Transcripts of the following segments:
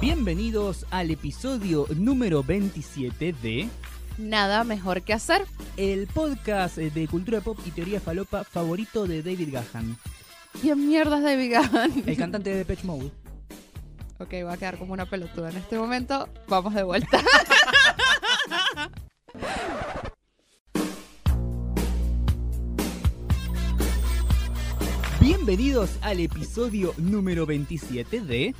Bienvenidos al episodio número 27 de Nada mejor que hacer. el podcast de cultura pop y teoría falopa favorito de David Gahan, ¿Quién mierda es David Gahan? el cantante de Depeche Mode. Ok, va a quedar como una pelotuda en este momento. Vamos de vuelta. Bienvenidos al episodio número 27 de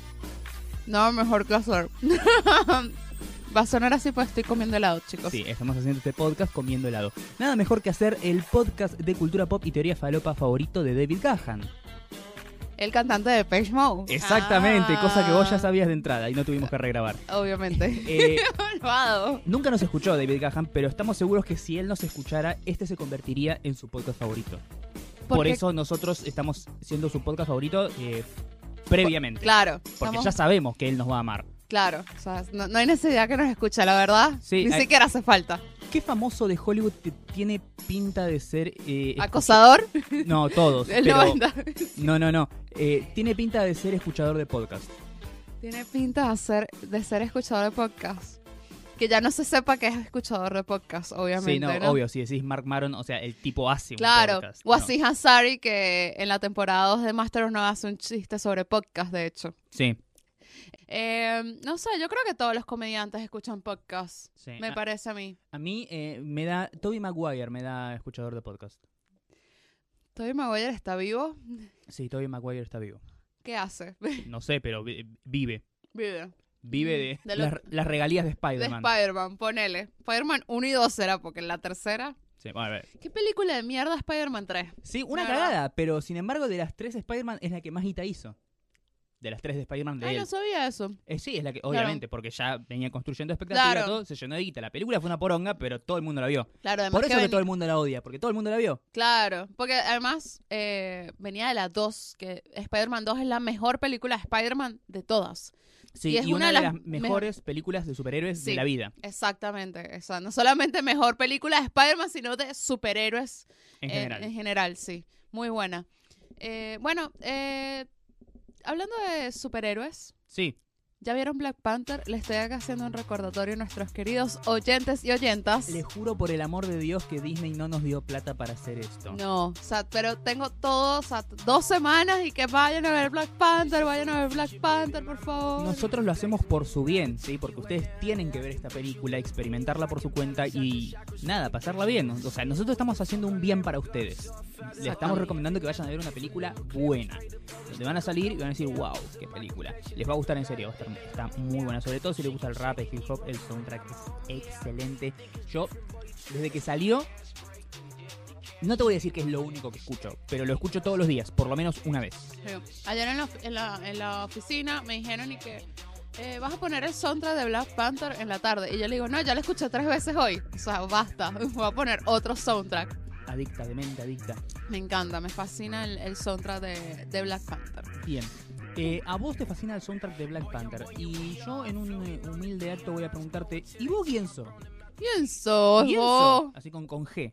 Nada mejor que hacer. Va a sonar así pues estoy comiendo helado, chicos. Sí, estamos haciendo este podcast comiendo helado. Nada mejor que hacer el podcast de cultura pop y teoría falopa favorito de David Gahan. El cantante de Page Mode. Exactamente, Ah. cosa que vos ya sabías de entrada y no tuvimos que regrabar. Obviamente. Eh, Malvado. Nunca nos escuchó David Gahan, pero estamos seguros que si él nos escuchara, este se convertiría en su podcast favorito. Por Porque- eso nosotros estamos siendo su podcast favorito eh, previamente. Claro. porque somos- ya sabemos que él nos va a amar. Claro. O sea, no, no hay necesidad que nos escuche, la verdad. Sí, Ni hay- siquiera hace falta. ¿Qué famoso de Hollywood te- tiene pinta de ser... eh, Acosador. escucha- No, todos. El pero- 90. no, no, no. Eh, tiene pinta de ser escuchador de podcast. Tiene pinta de ser, de ser escuchador de podcast. Que ya no se sepa que es escuchador de podcast, obviamente. Sí, no, ¿no? obvio. Si decís Mark Maron, o sea, el tipo hace un Claro. podcast. O No. así Hansari, que en la temporada 2 de Master of None hace un chiste sobre podcast, de hecho. Sí. Eh, no sé, yo creo que todos los comediantes escuchan podcast. sí. Me a, parece a mí. a mí eh, me da... Toby Maguire me da escuchador de podcast. Toby Maguire está vivo. Sí, Toby Maguire está vivo. ¿Qué hace? No sé, pero vi- vive. Vive. Vive de, Mm, De lo- las, las regalías de De Spider-Man. Spider-Man, ponele. Spider-Man 1 y 2 será, porque en la tercera. Sí, bueno, a ver. ¿Qué película de mierda Spider-Man 3? Sí, una La verdad. cagada, pero sin embargo, de las tres Spider-Man es la que más guita hizo. De las tres de Spider-Man de Ay, él. no Ah, sabía eso. Eh, sí, es la que, obviamente, porque ya venía construyendo expectativa, Claro. todo, se llenó de guita. La película fue una poronga, pero todo el mundo la vio. Claro, además Por que eso que ven- todo el mundo la odia, porque todo el mundo la vio. Claro, porque además eh, venía de la 2, que Spider-Man 2 es la mejor película de Spider-Man de todas. Sí, y, Y es una, de las mejores películas de superhéroes de Sí. la vida, Exactamente, o sea, no solamente mejor película de Spider-Man, sino de superhéroes en eh, general. en general, sí, muy buena. Eh, bueno, eh, hablando de superhéroes, Sí, ¿ya vieron Black Panther? Le estoy acá haciendo un recordatorio a nuestros queridos oyentes y oyentas. le juro por el amor de Dios que Disney no nos dio plata para hacer esto. No, o sea, pero tengo todo, o sea, dos semanas y que vayan a ver Black Panther, vayan a ver Black Panther, por favor. Nosotros lo hacemos por su bien, ¿sí? Porque ustedes tienen que ver esta película, experimentarla por su cuenta y nada, pasarla bien. O sea, nosotros estamos haciendo un bien para ustedes. Les estamos recomendando que vayan a ver una película buena. Donde van a salir y van a decir, wow, qué película. Les va a gustar en serio, va a estar- está muy buena. Sobre todo si les gusta el rap, el hip hop, el soundtrack es excelente. Yo, desde que salió, no te voy a decir que es lo único que escucho, pero lo escucho todos los días, por lo menos una vez. Creo. Ayer en la, en la- en la oficina me dijeron y que eh, vas a poner el soundtrack de Black Panther en la tarde. Y yo le digo, no, ya lo escuché tres veces hoy. O sea, basta, voy a poner otro soundtrack. Adicta, demente, adicta. Me encanta, me fascina el, el soundtrack de, de Black Panther. Bien. Eh, a vos te fascina el soundtrack de Black Panther. Y yo, en un eh, humilde acto, voy a preguntarte: ¿y vos quién sos? ¿Quién sos ¿Quién vos? sos? Así con, con G.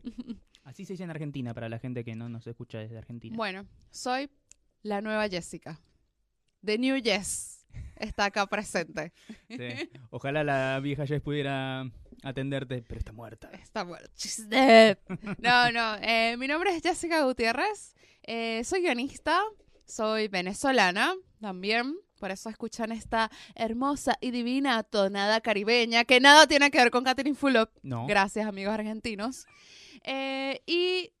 Así se dice en Argentina, para la gente que no nos escucha desde Argentina. Bueno, soy la nueva Jessica. The New Jess está acá presente. Sí. Ojalá la vieja Jess pudiera atenderte, pero está muerta. Está muerto. She's dead. No, no. eh, mi nombre es Jessica Gutiérrez. eh, soy guionista. Soy venezolana también. Por eso escuchan esta hermosa y divina tonada caribeña que nada tiene que ver con Catherine Fulop. No. Gracias, amigos argentinos. Eh, y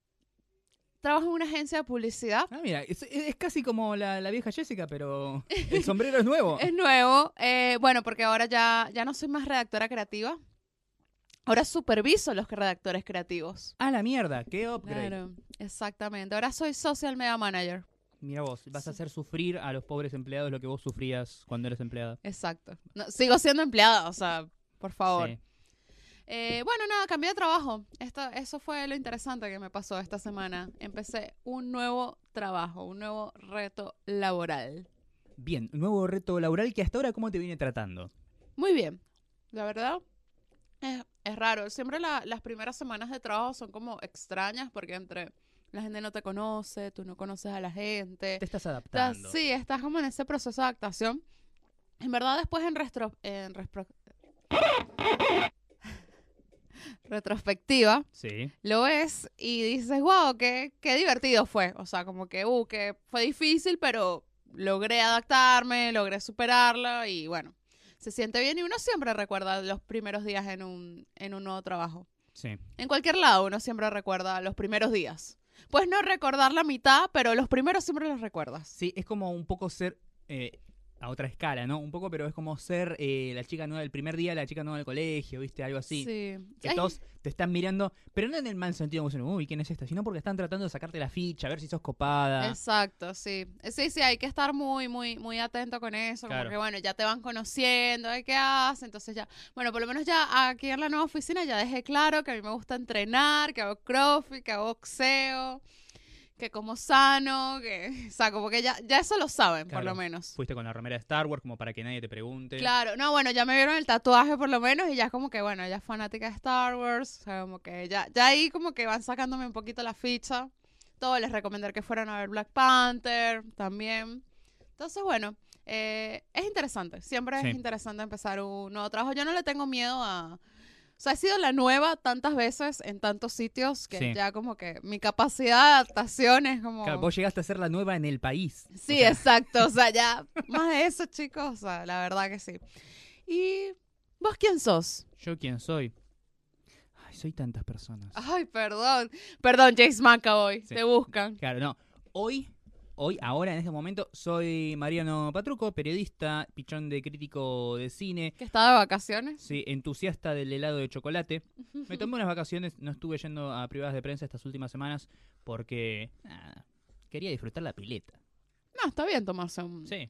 trabajo en una agencia de publicidad. Ah, mira, es, es- es casi como la, la vieja Jessica, pero el sombrero es nuevo. Es nuevo. eh, bueno, porque ahora ya, ya no soy más redactora creativa. Ahora superviso los redactores creativos. Ah, la mierda, qué upgrade. Claro, exactamente. Ahora soy social media manager. Mira vos, vas a hacer sufrir a los pobres empleados lo que vos sufrías cuando eres empleada. Exacto. No, sigo siendo empleada, o sea, por favor. Sí. Eh, bueno, nada, cambié de trabajo. Esto, eso fue lo interesante que me pasó esta semana. Empecé un nuevo trabajo, un nuevo reto laboral. Bien, nuevo reto laboral que hasta ahora, ¿cómo te viene tratando? Muy bien. La verdad, es, es raro. Siempre la- las primeras semanas de trabajo son como extrañas porque entre la gente no te conoce, tú no conoces a la gente. Te estás Estás- adaptando. sí, estás como en ese proceso de adaptación. En verdad, después en, restro- en respro- retrospectiva, Sí. lo ves y dices, wow, qué, qué divertido fue. O sea, como que, uh, que fue difícil, pero logré adaptarme, logré superarla y bueno, se siente bien y uno siempre recuerda los primeros días en un, en un nuevo trabajo. Sí. En cualquier lado uno siempre recuerda los primeros días. Puedes no recordar la mitad, pero los primeros siempre los recuerdas. Sí, es como un poco ser. eh, a otra escala, ¿no? Un poco, pero es como ser eh, la chica nueva del primer día, la chica nueva del colegio, ¿viste? Algo así. Que Ay, todos te están mirando, pero no en el mal sentido, como diciendo, uy, ¿quién es esta? Sino porque están tratando de sacarte la ficha, a ver si sos copada. Exacto, sí. Eh, Sí, sí, hay que estar muy, muy, muy atento con eso. Claro. Como que, bueno, ya te van conociendo, ¿eh? ¿qué haces? Entonces ya, bueno, por lo menos ya aquí en la nueva oficina ya dejé claro que a mí me gusta entrenar, que hago crossfit, que hago boxeo, que como sano, que, o sea, como que ya, ya eso lo saben, por Claro. lo menos. Fuiste con la remera de Star Wars, como para que nadie te pregunte. Claro, no, bueno, ya me vieron el tatuaje por lo menos y ya es como que, bueno, ella es fanática de Star Wars, o sea, como que ya, ya ahí como que van sacándome un poquito la ficha. Todo les recomendar que fueran a ver Black Panther también. Entonces, bueno, eh, es interesante, siempre Sí. es interesante empezar un nuevo trabajo. Yo no le tengo miedo a... O sea, he sido la nueva tantas veces en tantos sitios que Sí. ya como que mi capacidad de adaptación es como... Claro, vos llegaste a ser la nueva en el país. Sí, exacto. O sea, ya más de eso, chicos. O sea, la verdad que sí. ¿Y vos quién sos? ¿Yo quién soy? Ay, soy tantas personas. Ay, perdón. Perdón, Jace McAvoy. Sí. Te buscan. Claro, no. Hoy, hoy, ahora, en este momento, soy Mariano Patruco, periodista, pichón de crítico de cine, ¿Que estaba de vacaciones? sí, entusiasta del helado de chocolate. Me tomé unas vacaciones, no estuve yendo a privadas de prensa estas últimas semanas porque nada, quería disfrutar la pileta. No, está bien tomarse un, Sí,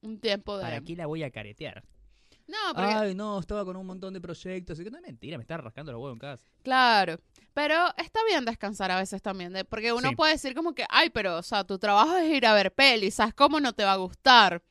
un tiempo de... ¿para qué la voy a caretear? No, porque... Ay, no, estaba con un montón de proyectos. y que no es mentira, me estaba rascando los huevos en casa. Claro. Pero está bien descansar a veces también, de- porque uno Sí. puede decir como que, ay, pero, o sea, tu trabajo es ir a ver pelis, ¿sabes cómo no te va a gustar?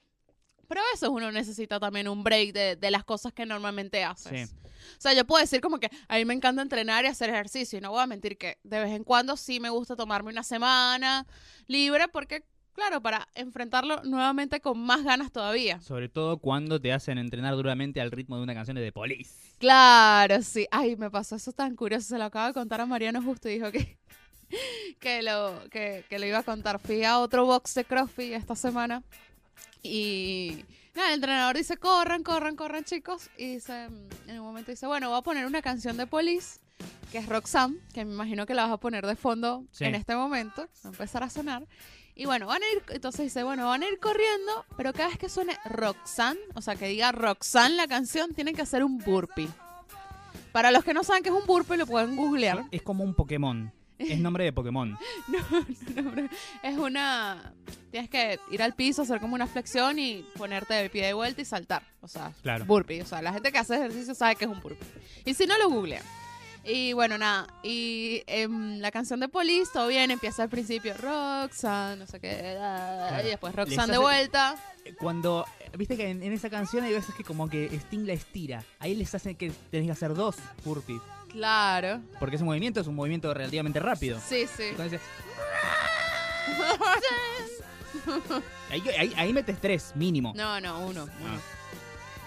Pero a veces uno necesita también un break de, de las cosas que normalmente haces. Sí. O sea, yo puedo decir como que a mí me encanta entrenar y hacer ejercicio, y no voy a mentir que de vez en cuando sí me gusta tomarme una semana libre, porque, claro, para enfrentarlo nuevamente con más ganas todavía. Sobre todo cuando te hacen entrenar duramente al ritmo de una canción de The Police. Claro, sí. Ay, me pasó eso tan curioso. Se lo acabo de contar a Mariano justo y dijo que, que, lo, que, que lo iba a contar. Fui a otro box de CrossFit esta semana y nada, el entrenador dice, corran, corran, corran chicos. Y dice, mm, en un momento dice, bueno, voy a poner una canción de Police, que es Roxanne, que me imagino que la vas a poner de fondo Sí. en este momento. Va a empezar a sonar. Y bueno, van a ir, entonces dice, bueno, van a ir corriendo, pero cada vez que suene Roxanne, o sea, que diga Roxanne la canción, tienen que hacer un burpee. Para los que no saben qué es un burpee, lo pueden googlear. Es como un Pokémon. Es nombre de Pokémon. No, no, pero es una... Tienes que ir al piso, hacer como una flexión y ponerte de pie de vuelta y saltar. O sea, Claro. burpee. O sea, la gente que hace ejercicio sabe que es un burpee. Y si no, lo googlean. Y bueno, nada. Y em, la canción de Police, todo bien, empieza al principio Roxanne, no sé qué. ah, Claro. Y después Les Roxanne de hace- vuelta. Cuando, viste que en, en esa canción hay veces que como que Sting la estira. Ahí les hacen que tenés que hacer dos burpees. Claro. Porque ese movimiento es un movimiento relativamente rápido. Sí, sí. Entonces, ahí, ahí- ahí metes tres, mínimo. No, no, uno. uno. Ah.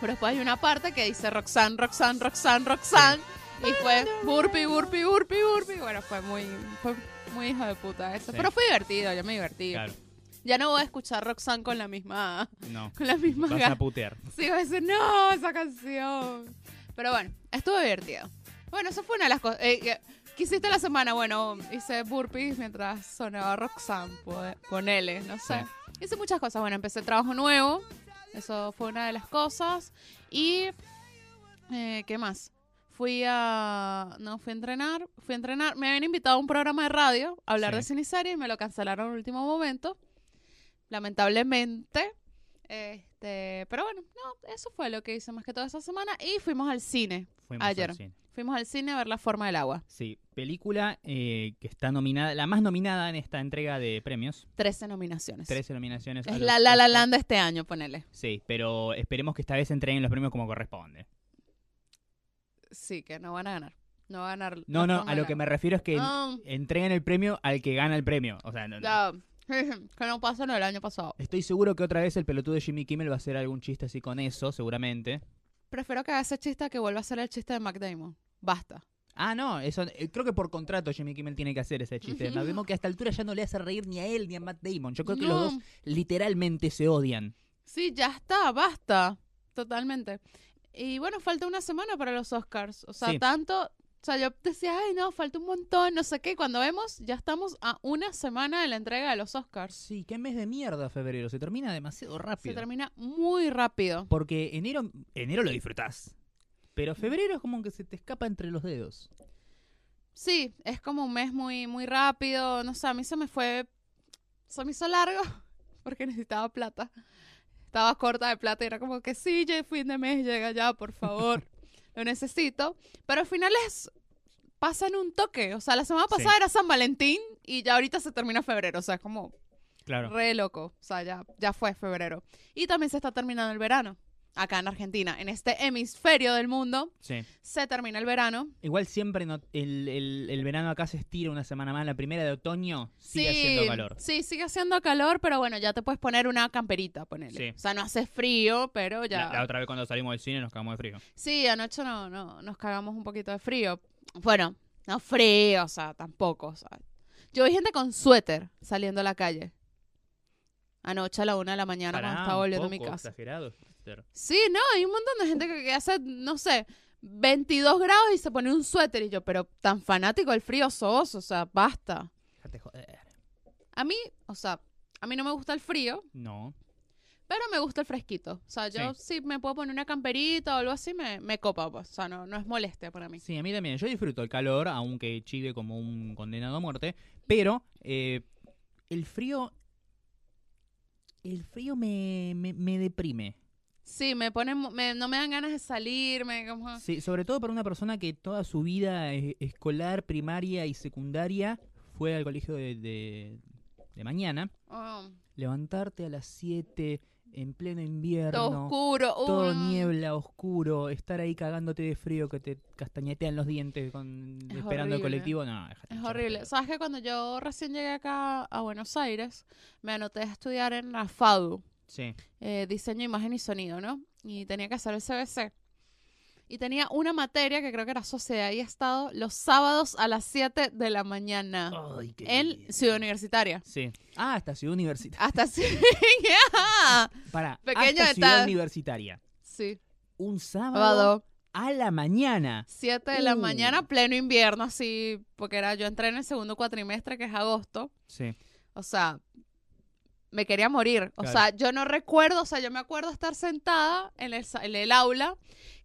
Pero después hay una parte que dice Roxanne, Roxanne, Roxanne, Roxanne. Y Ah, fue burpee, burpee, burpee, burpee. Bueno, fue muy, fue muy hijo de puta eso. Sí. Pero fue divertido, yo me divertí. Claro, Ya no voy a escuchar Roxanne con la misma, no. con la misma Vas a gana. putear. Sí, voy a decir, no, esa canción. Pero bueno, estuvo divertido. Bueno, eso fue una de las cosas. eh, que- ¿Qué hiciste la semana? Bueno, hice burpees mientras sonaba Roxanne, po- ponele, no sé. Hice muchas cosas. Bueno, empecé trabajo nuevo. Eso fue una de las cosas. Y, eh, ¿qué más? Fui a... No, fui a entrenar. Fui a entrenar. Me habían invitado a un programa de radio a hablar Sí. de cine y serie y me lo cancelaron en el último momento. Lamentablemente. Este, pero bueno, no, eso fue lo que hice más que toda esta semana. Y fuimos al cine. Fuimos al Ayer. cine. Fuimos al cine a ver La Forma del Agua. Sí, película eh, que está nominada, la más nominada en esta entrega de premios. 13 nominaciones. 13 nominaciones. a Es los la La La Oscar. Land de este año, ponele. Sí, pero esperemos que esta vez entreguen los premios como corresponde. Sí, que no van a ganar. No van a ganar. No, La no, Forma a del lo que Agua. me refiero es que Ah, entreguen el premio al que gana el premio. O sea, no, no. no, que no pasó no el año pasado. Estoy seguro que otra vez el pelotudo de Jimmy Kimmel va a hacer algún chiste así con eso, seguramente. Prefiero que haga ese chiste a que vuelva a hacer el chiste de Mac Damon. Basta. Ah, no, eso eh, creo que por contrato Jimmy Kimmel tiene que hacer ese chiste. Ujú. Nos vemos que a esta altura ya no le hace reír ni a él ni a Matt Damon. Yo creo que los No. dos literalmente se odian. Sí, ya está, basta. Totalmente. Y bueno, falta una semana para los Oscars. O sea, Sí. tanto. O sea, yo decía, ay, no, falta un montón, no sé qué. Cuando vemos, ya estamos a una semana de la entrega de los Oscars. Sí, qué mes de mierda febrero. Se termina demasiado rápido. Se termina muy rápido. Porque enero, enero lo disfrutás. Pero febrero es como que se te escapa entre los dedos. Sí, es como un mes muy, muy rápido. No sé, a mí se me fue. Se me hizo largo porque necesitaba plata. Estaba corta de plata y era como que sí, ya es fin de mes, llega ya, por favor. Lo necesito. Pero al final es. Pasan un toque. O sea, la semana Sí. pasada era San Valentín y ya ahorita se termina febrero. O sea, es como Claro. re loco. O sea, ya, ya fue febrero. Y también se está terminando el verano. Acá en Argentina, en este hemisferio del mundo, Sí. se termina el verano. Igual siempre no- el, el- el verano acá se estira una semana más. La primera de otoño sigue haciendo calor. Sí, sigue haciendo calor, pero bueno, ya te puedes poner una camperita, ponele. Sí. O sea, no hace frío, pero ya. La, la otra vez cuando salimos del cine nos cagamos de frío. Sí, anoche no, no, nos cagamos un poquito de frío. Bueno, no frío, o sea, tampoco. o sea. Yo vi gente con suéter saliendo a la calle. Anoche a la una de la mañana Pará, cuando estaba un volviendo a mi poco casa. exagerado, Esther. Sí, no, hay un montón de gente que, que hace, no sé, 22 grados y se pone un suéter. Y yo, pero tan fanático del frío sos, o sea, basta. Déjate joder. A mí, o sea, a mí no me gusta el frío. No. Pero me gusta el fresquito. O sea, yo si me puedo poner una camperita o algo así, me, me copa. pues. O sea, no, no es molestia para mí. Sí, a mí también. Yo disfruto el calor, aunque chive como un condenado a muerte. Pero eh, el frío. El frío me, me, me deprime. Sí, me ponen, mu- me- no me dan ganas de salir, me como... Sí, sobre todo para una persona que toda su vida eh, escolar, primaria y secundaria fue al colegio de, de- de mañana. oh, Levantarte a las 7 en pleno todo invierno. oscuro. uh, Todo mm. niebla, oscuro, estar ahí cagándote de frío, que te castañetean los dientes con, Es esperando horrible. el colectivo. No, déjate Es hinchar horrible. las ¿Sabes que cuando yo recién llegué acá a Buenos Aires, me anoté a estudiar en la FADU, pelotas. Sí. eh, diseño, imagen y sonido, ¿no? Y tenía que hacer el CBC. Y tenía una materia que creo que era sociedad y estado los sábados a las 7 de la mañana Ay, Oh, qué en lindo. Ciudad Universitaria. Sí. Ah, hasta ciudad universitaria. Hasta sí. yeah. Para, Pequeño hasta ciudad detalle. universitaria. Sí. Un sábado Sábado, a la mañana. 7 de la Uh. mañana, pleno invierno, así, porque era yo entré en el segundo cuatrimestre, que es agosto. Sí. O sea, me quería morir. O Claro. sea, yo no recuerdo, o sea, yo me acuerdo estar sentada en el, sa- en el aula,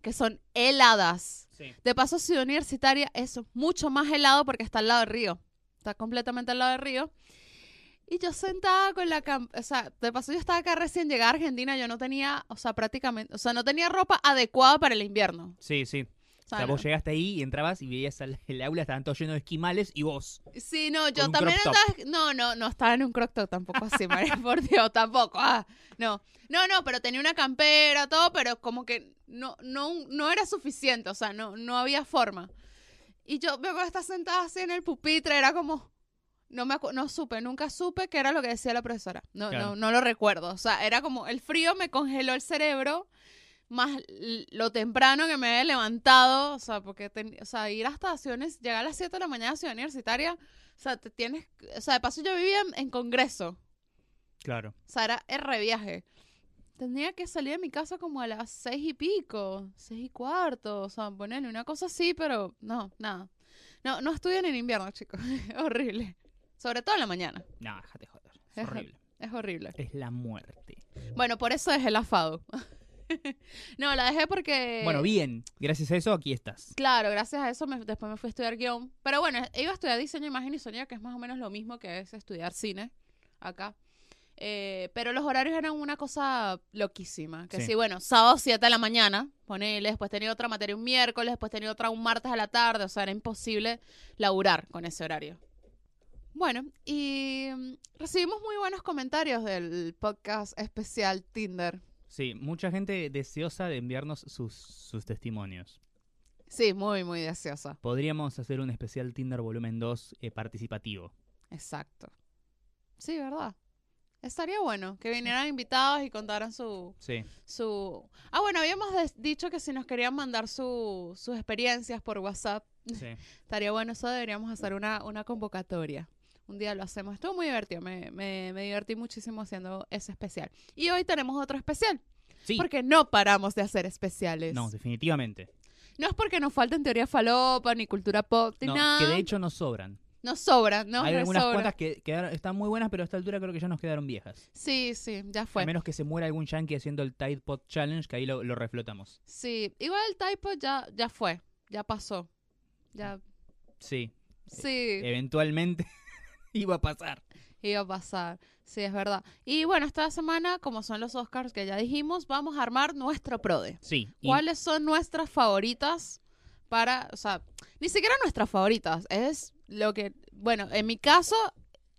que son heladas. Sí. De paso, Ciudad Universitaria es mucho más helado porque está al lado del río. Está completamente al lado del río. Y yo sentada con la... cam- O sea, de paso yo estaba acá recién llegada a Argentina, yo no tenía, o sea, prácticamente, o sea, no tenía ropa adecuada para el invierno. Sí, sí. O O sea, sea, vos no. llegaste ahí y entrabas y veías al- el aula, estaban todos llenos de esquimales y vos. Sí, no, Con yo un también crop andaba. No, no, no estaba en un crop top tampoco así, María, por Dios, tampoco. Ah, no, no, no, pero tenía una campera, todo, pero como que no, no, no era suficiente, o sea, no, no había forma. Y yo me acuerdo estar sentada así en el pupitre, era como. No me acu- no supe, nunca supe qué era lo que decía la profesora. No, Claro. no, no lo recuerdo. O sea, era como el frío me congeló el cerebro, más l- lo temprano que me había levantado. O sea, porque ten- o sea, ir hasta acciones, llegar a las 7 de la mañana a Ciudad Universitaria, o sea, te tienes. O sea, de paso yo vivía en, en Congreso. Claro. O sea, era el reviaje. Tenía que salir de mi casa como a las seis y pico, seis y cuarto. O sea, ponerle una cosa así, pero no, nada. No, no estudian en invierno, chicos. Es horrible. Sobre todo en la mañana. No, déjate joder. Es horrible. Es horrible. Es la muerte. Bueno, por eso dejé la FADU. no, la dejé porque. Bueno, bien. Gracias a eso aquí estás. Claro, gracias a eso me- después me fui a estudiar guión. Pero bueno, e, iba a estudiar diseño, imagen y sonido, que es más o menos lo mismo que es estudiar cine acá. Eh, pero los horarios eran una cosa loquísima. Que sí, Sí. bueno, sábado 7 de la mañana, ponele, después tenía otra materia un miércoles, después tenía otra un martes a la tarde, o sea, era imposible laburar con ese horario. Bueno, y mm, recibimos muy buenos comentarios del podcast especial Tinder. Sí, mucha gente deseosa de enviarnos sus, sus testimonios. Sí, muy, muy deseosa. Podríamos hacer un especial Tinder volumen 2 eh, participativo. Exacto. Sí, ¿verdad? Estaría bueno que vinieran invitados y contaran su, Sí. su... Ah, bueno, habíamos des- dicho que si nos querían mandar su- sus experiencias por WhatsApp, sí. estaría bueno eso, deberíamos hacer una, una convocatoria. Un día lo hacemos. Estuvo muy divertido, me, me- me divertí muchísimo haciendo ese especial. Y hoy tenemos otro especial, Sí. porque no paramos de hacer especiales. No, definitivamente. No es porque nos falten teoría falopa ni cultura pop ni No, nada. que de hecho nos sobran. nos sobran, ¿no? Hay Nos algunas sobran. cuotas que quedaron, están muy buenas, pero a esta altura creo que ya nos quedaron viejas. Sí, sí, ya A fue. menos que se muera algún yankee haciendo el Tide Pod Challenge, que ahí lo, lo reflotamos. Sí, igual el typo ya, ya fue, ya pasó. Ya, Sí, sí, Eh, eventualmente iba a pasar. iba a pasar. Sí, es verdad. Y bueno, esta semana, como son los Oscars que ya dijimos, vamos a armar nuestro PRODE. Sí. y- ¿Cuáles son nuestras favoritas para, o sea, ni siquiera nuestras favoritas, es lo que, bueno, en mi caso,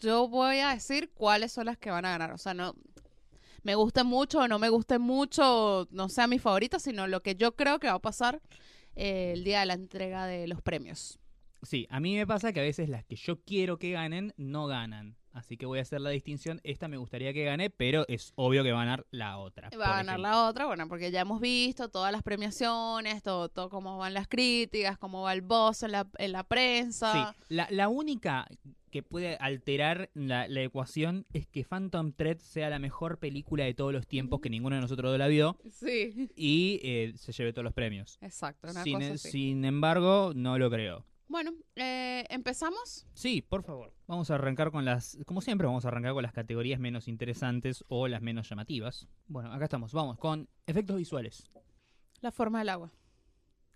yo voy a decir cuáles son las que van a ganar. O sea, no me gusten mucho o no me gusten mucho, o no sea mi favorita, sino lo que yo creo que va a pasar eh, el día de la entrega de los premios. Sí, a mí me pasa que a veces las que yo quiero que ganen no ganan. Así que voy a hacer la distinción. Esta me gustaría que gane, pero es obvio que va a ganar la otra. por Va a ganar ejemplo. la otra, bueno, porque ya hemos visto todas las premiaciones, todo, todo cómo van las críticas, cómo va el boss en la, en la prensa. Sí, la, la única que puede alterar la, la ecuación es que Phantom Thread sea la mejor película de todos los tiempos que ninguno de nosotros la vio Sí. y eh, se lleve todos los premios. Exacto, una Sin, e- cosa así. sin embargo, no lo creo. Bueno, eh, empezamos. Sí, por favor. Vamos a arrancar con las, como siempre, vamos a arrancar con las categorías menos interesantes o las menos llamativas. Bueno, acá estamos. Vamos con efectos visuales. La forma del agua.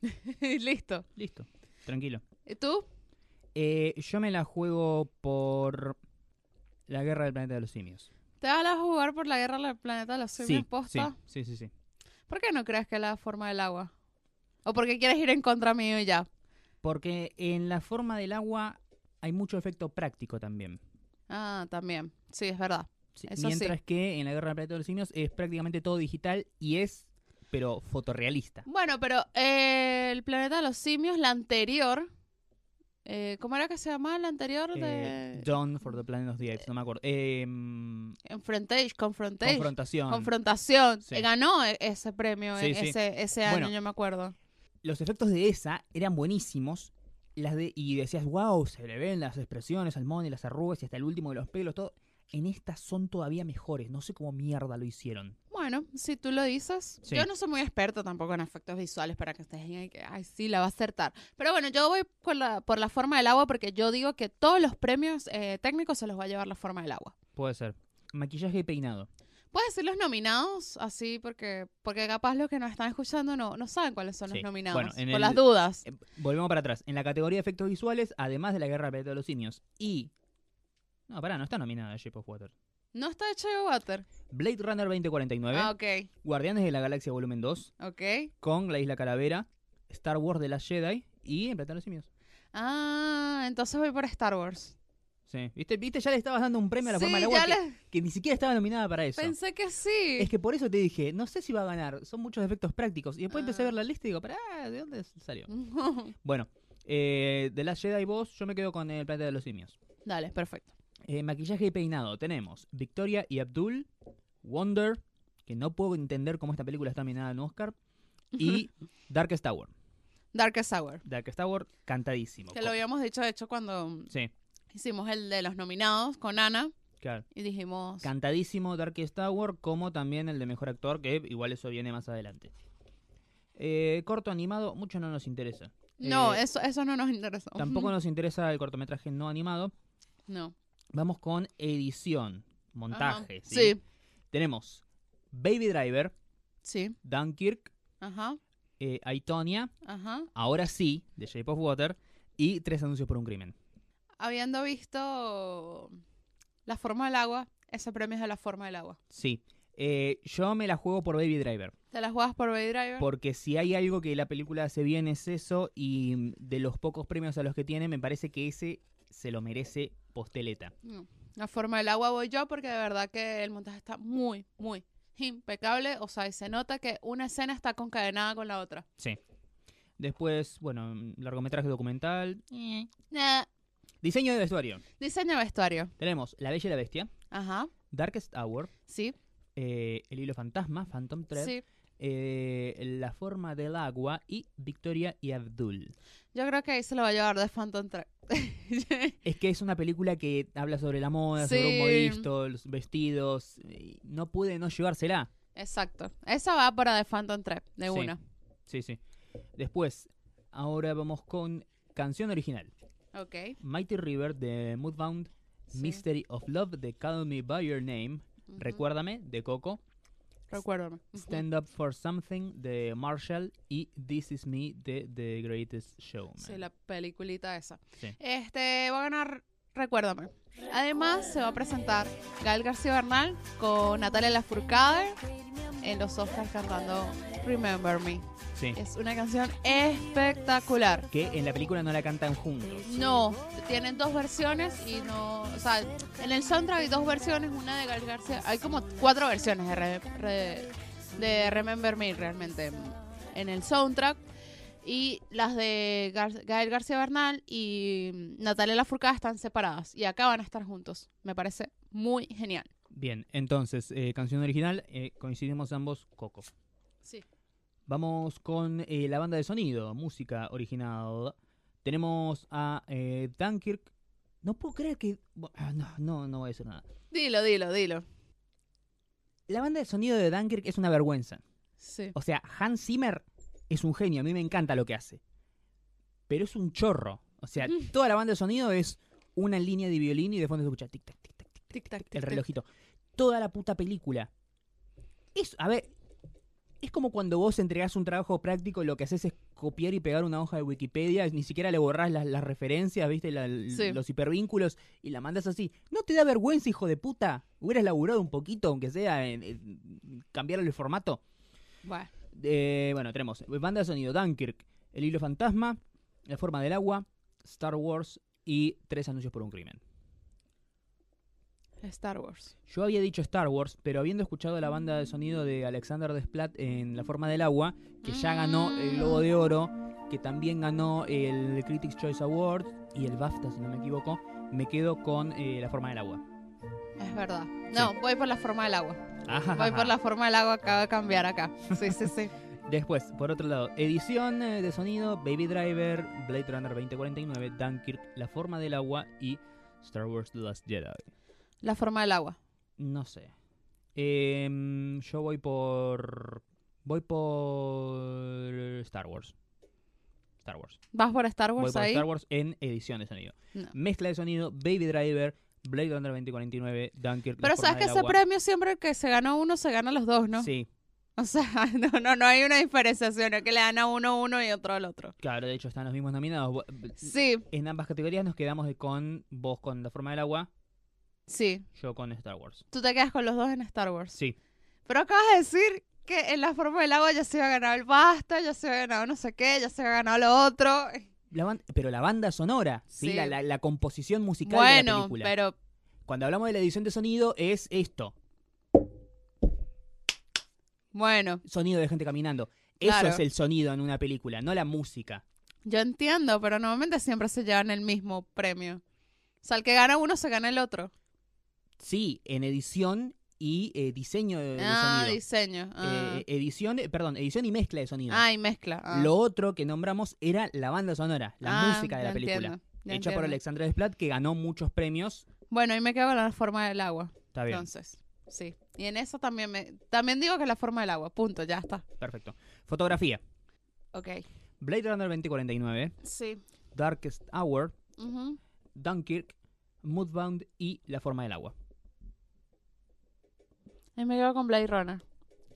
Listo. Listo. Tranquilo. ¿Y tú? Eh, yo me la juego por la guerra del planeta de los simios. ¿Te vas a jugar por la guerra del planeta de los simios sí, posta? sí, sí, sí. ¿Por qué no crees que la forma del agua? ¿O porque quieres ir en contra mío y ya? Porque en la forma del agua hay mucho efecto práctico también. Ah, también. Sí, es verdad. Sí, Eso Mientras que en la guerra del planeta de los simios es prácticamente todo digital y es, pero fotorrealista. Bueno, pero eh, el planeta de los simios, la anterior. eh, ¿Cómo era que se llamaba la anterior? Eh, De... Dawn for the Planet of the Apes, no me acuerdo. Eh, Confrontation. Confrontation. confrontación. Confrontación. Sí. Eh, Ganó e- ese premio Sí, eh, sí. ese, ese año, Bueno. yo me acuerdo. los efectos de esa eran buenísimos. Las de, y decías, wow, se le ven las expresiones al mono y las arrugas y hasta el último de los pelos, todo. En estas son todavía mejores. No sé cómo mierda lo hicieron. Bueno, si tú lo dices. Sí. Yo no soy muy experta tampoco en efectos visuales para que estés ahí que, ay, sí, la va a acertar. Pero bueno, yo voy por la, por la forma del agua porque yo digo que todos los premios eh, técnicos se los va a llevar la forma del agua. Puede ser. Maquillaje y peinado. ¿Puedes decir los nominados? Así, porque, porque capaz los que nos están escuchando no, no saben cuáles son Sí. los nominados. Bueno, en por el- las dudas. Eh, Volvemos para atrás. En la categoría de efectos visuales, además de la guerra del planeta de los simios y. No, pará, no está nominada Shape of Water. No está hecho de water. Blade Runner 2049, Ah, ok, Guardianes de la Galaxia Volumen 2, ok. Kong, la Isla Calavera, Star Wars de la Jedi y El Planeta de los Simios. Ah, entonces voy por Star Wars. Sí, ¿viste? ¿Viste? Ya le estabas dando un premio a la Sí, forma del agua ya que, les- que ni siquiera estaba nominada para eso. pensé que sí. Es que por eso te dije, no sé si va a ganar, son muchos efectos prácticos. Y después empecé a Ah. ver la lista y digo, pará, ¿de dónde salió? Bueno, eh, de la Jedi Boss, yo me quedo con El Planeta de los Simios. Dale, perfecto. Eh, maquillaje y peinado tenemos Victoria y Abdul, Wonder, que no puedo entender cómo esta película está nominada en Oscar, y Darkest Tower. Darkest Hour. Darkest Tower, cantadísimo. Que lo habíamos dicho, de hecho, cuando Sí, hicimos el de los nominados con Ana claro. y dijimos... Cantadísimo Darkest Tower, como también el de mejor actor, que igual eso viene más adelante. Eh, corto animado, mucho no nos interesa. no, Eh, eso, eso no nos interesa. Tampoco nos interesa el cortometraje no animado. No. Vamos con edición, Ajá. montaje. ¿sí? Sí, Tenemos Baby Driver, sí. Dunkirk, Ajá, eh, Aitonia, ajá. Ahora sí, de Shape of Water, y Tres Anuncios por un Crimen. Habiendo visto La Forma del Agua, ese premio es de La Forma del Agua. Sí. Eh, yo me la juego por Baby Driver, ¿Te las juegas por Baby Driver? porque si hay algo que la película hace bien es eso, y mm, de los pocos premios a los que tiene, me parece que ese se lo merece posteleta. No. La Forma del Agua voy yo porque de verdad que el montaje está muy, muy impecable. O sea, y se nota que una escena está concadenada con la otra. Sí. Después, bueno, mm, largometraje documental. Nah. Diseño de vestuario. Diseño de vestuario. Tenemos La Bella y la Bestia, Ajá. Darkest Hour, Sí. eh, El Hilo Fantasma, Phantom Thread, Sí. eh, La Forma del Agua y Victoria y Abdul. Yo creo que ahí se lo va a llevar de Phantom Thread. Es que es una película que habla sobre la moda, sobre Sí. un modisto, los vestidos. y No pude no llevársela. Exacto. Esa va para The Phantom Thread, de Sí. una. Sí, sí. Después, ahora vamos con canción original. Ok. Mighty River de Moodbound, Sí. Mystery of Love de Call Me By Your Name, Ujú. Recuérdame de Coco, Recuérdame. Ujú. Stand Up For Something de Marshall y This Is Me de The Greatest Showman. Sí, la peliculita esa. Sí. Este, va a ganar Recuérdame. Además, se va a presentar Gael García Bernal con Natalia Lafourcade en los Oscars cantando Remember Me. Sí. Es una canción espectacular. Que en la película no la cantan juntos. No, tienen dos versiones y no, o sea, en el soundtrack hay dos versiones, una de Gael García, hay como cuatro versiones de, Re- Re- de Remember Me realmente en- en el soundtrack y las de Gar- Gael García Bernal y Natalia Lafourcade están separadas y acá van a estar juntos. Me parece muy genial. Bien, entonces, eh, canción original, eh, coincidimos ambos, Coco. Sí. Vamos con eh, la banda de sonido, música original. Tenemos a eh, Dunkirk. No puedo creer que... bu- ah, No, no, no voy a decir nada. Dilo, dilo, dilo. La banda de sonido de Dunkirk es una vergüenza. Sí. O sea, Hans Zimmer es un genio, a mí me encanta lo que hace. Pero es un chorro. O sea, Ujú. toda la banda de sonido es una línea de violín y de fondo se escucha tic tac, tic tac, tic Tic tac. el relojito. Toda la puta película. Es, a ver, es como cuando vos entregás un trabajo práctico y lo que haces es copiar y pegar una hoja de Wikipedia, ni siquiera le borrás las, las referencias, viste, La- l- Sí. los hipervínculos y la mandas así. ¿No te da vergüenza, hijo de puta? ¿Hubieras laburado un poquito, aunque sea en, en cambiar el formato? Bueno, Eh, bueno, tenemos banda de sonido, Dunkirk, El Hilo Fantasma, La Forma del Agua, Star Wars y Tres Anuncios por un Crimen. Star Wars. Yo había dicho Star Wars, pero habiendo escuchado la banda de sonido de Alexander Desplat en La Forma del Agua, que ya ganó el Globo de Oro, que también ganó el Critics' Choice Award y el BAFTA, si no me equivoco, me quedo con eh, La Forma del Agua. Es verdad. No, voy por la forma del agua. Ajá. Voy por la forma del agua, acaba de cambiar acá. Sí, sí, sí. Después, por otro lado, edición eh, de sonido, Baby Driver, Blade Runner 2049, Dunkirk, La Forma del Agua y Star Wars The Last Jedi. La forma del agua. No sé. Em, yo voy por... Voy por... Star Wars. Star Wars. ¿Vas por Star Voy Wars por ahí? Star Wars en edición de sonido. No. Mezcla de sonido, Baby Driver, Blade Runner 2049, Dunkirk. La Forma Pero sabes que del ese Agua. premio siempre que se gana uno, se gana los dos, ¿no? Sí, O sea, no, no, no hay una diferenciación, es que le dan a uno a uno y otro al otro. claro, de hecho están los mismos nominados. Vo- Sí, En ambas categorías nos quedamos de con vos con La Forma del Agua, sí. yo con Star Wars. Tú te quedas con los dos en Star Wars. Sí, Pero acabas de decir que en la forma del agua ya se había ganado el pasta, ya se había ganado no sé qué, ya se había ganado lo otro. la ban- pero la banda sonora, ¿sí? Sí. La, la- la composición musical de la Bueno, película. pero Cuando hablamos de la edición de sonido es esto, bueno, sonido de gente caminando. Eso Claro. es el sonido en una película, no la música. yo entiendo, pero normalmente siempre se llevan el mismo premio. O sea, el que gana uno se gana el otro. Sí, en edición y eh, diseño de, de ah, sonido. diseño. Ah, Eh, edición, eh, perdón, edición y mezcla de sonido. Ah, y mezcla. Ah. Lo otro que nombramos era la banda sonora, la Ah, música de ya la película, entiendo, ya hecha por entiendo. Alexandra Desplat, que ganó muchos premios. Bueno, y me quedo con la forma del agua, Está bien, entonces. Sí. Y en eso también me también digo que la forma del agua, punto, ya está. perfecto. Fotografía. Ok. Blade Runner 2049, Sí. Darkest Hour, Ujú. Dunkirk, Moodbound y La Forma del Agua. Y me quedo con Blade Runner.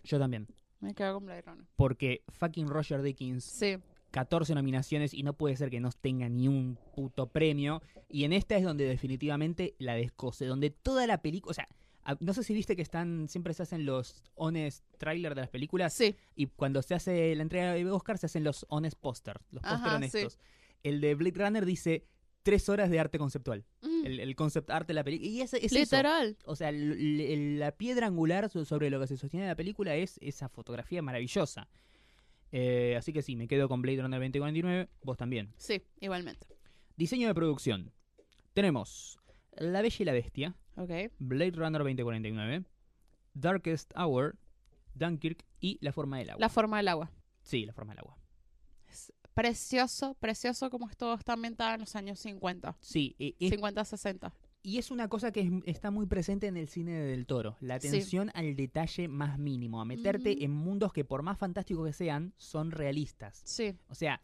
Yo también, Me quedo con Blade Runner. porque fucking Roger Dickens Sí. 14 nominaciones y no puede ser que no tenga ni un puto premio. Y en esta es donde definitivamente la descoce, donde toda la película, o sea, a- no sé si viste que están siempre se hacen los honest trailer de las películas Sí. y cuando se hace la entrega de Oscar se hacen los honest posters, los póster Ajá, honestos. El de Blade Runner dice tres horas de arte conceptual, Mm, el, el concept art de la película y ese es eso. Literal. O sea, l- l- el- la piedra angular so- sobre lo que se sostiene la película es esa fotografía maravillosa. Eh, así que sí, me quedo con Blade Runner 2049, vos también. Sí, igualmente. Diseño de producción. Tenemos La Bella y la Bestia, Ok. Blade Runner 2049, Darkest Hour, Dunkirk y La Forma del Agua. La forma del agua. Sí, La Forma del Agua. Es precioso, precioso como esto está ambientado en los años 50. Sí, y, y- 50, 60. y es una cosa que es- está muy presente en el cine del toro, la Sí. atención al detalle más mínimo, a meterte Ujú. en mundos que por más fantásticos que sean, son realistas. Sí. O sea,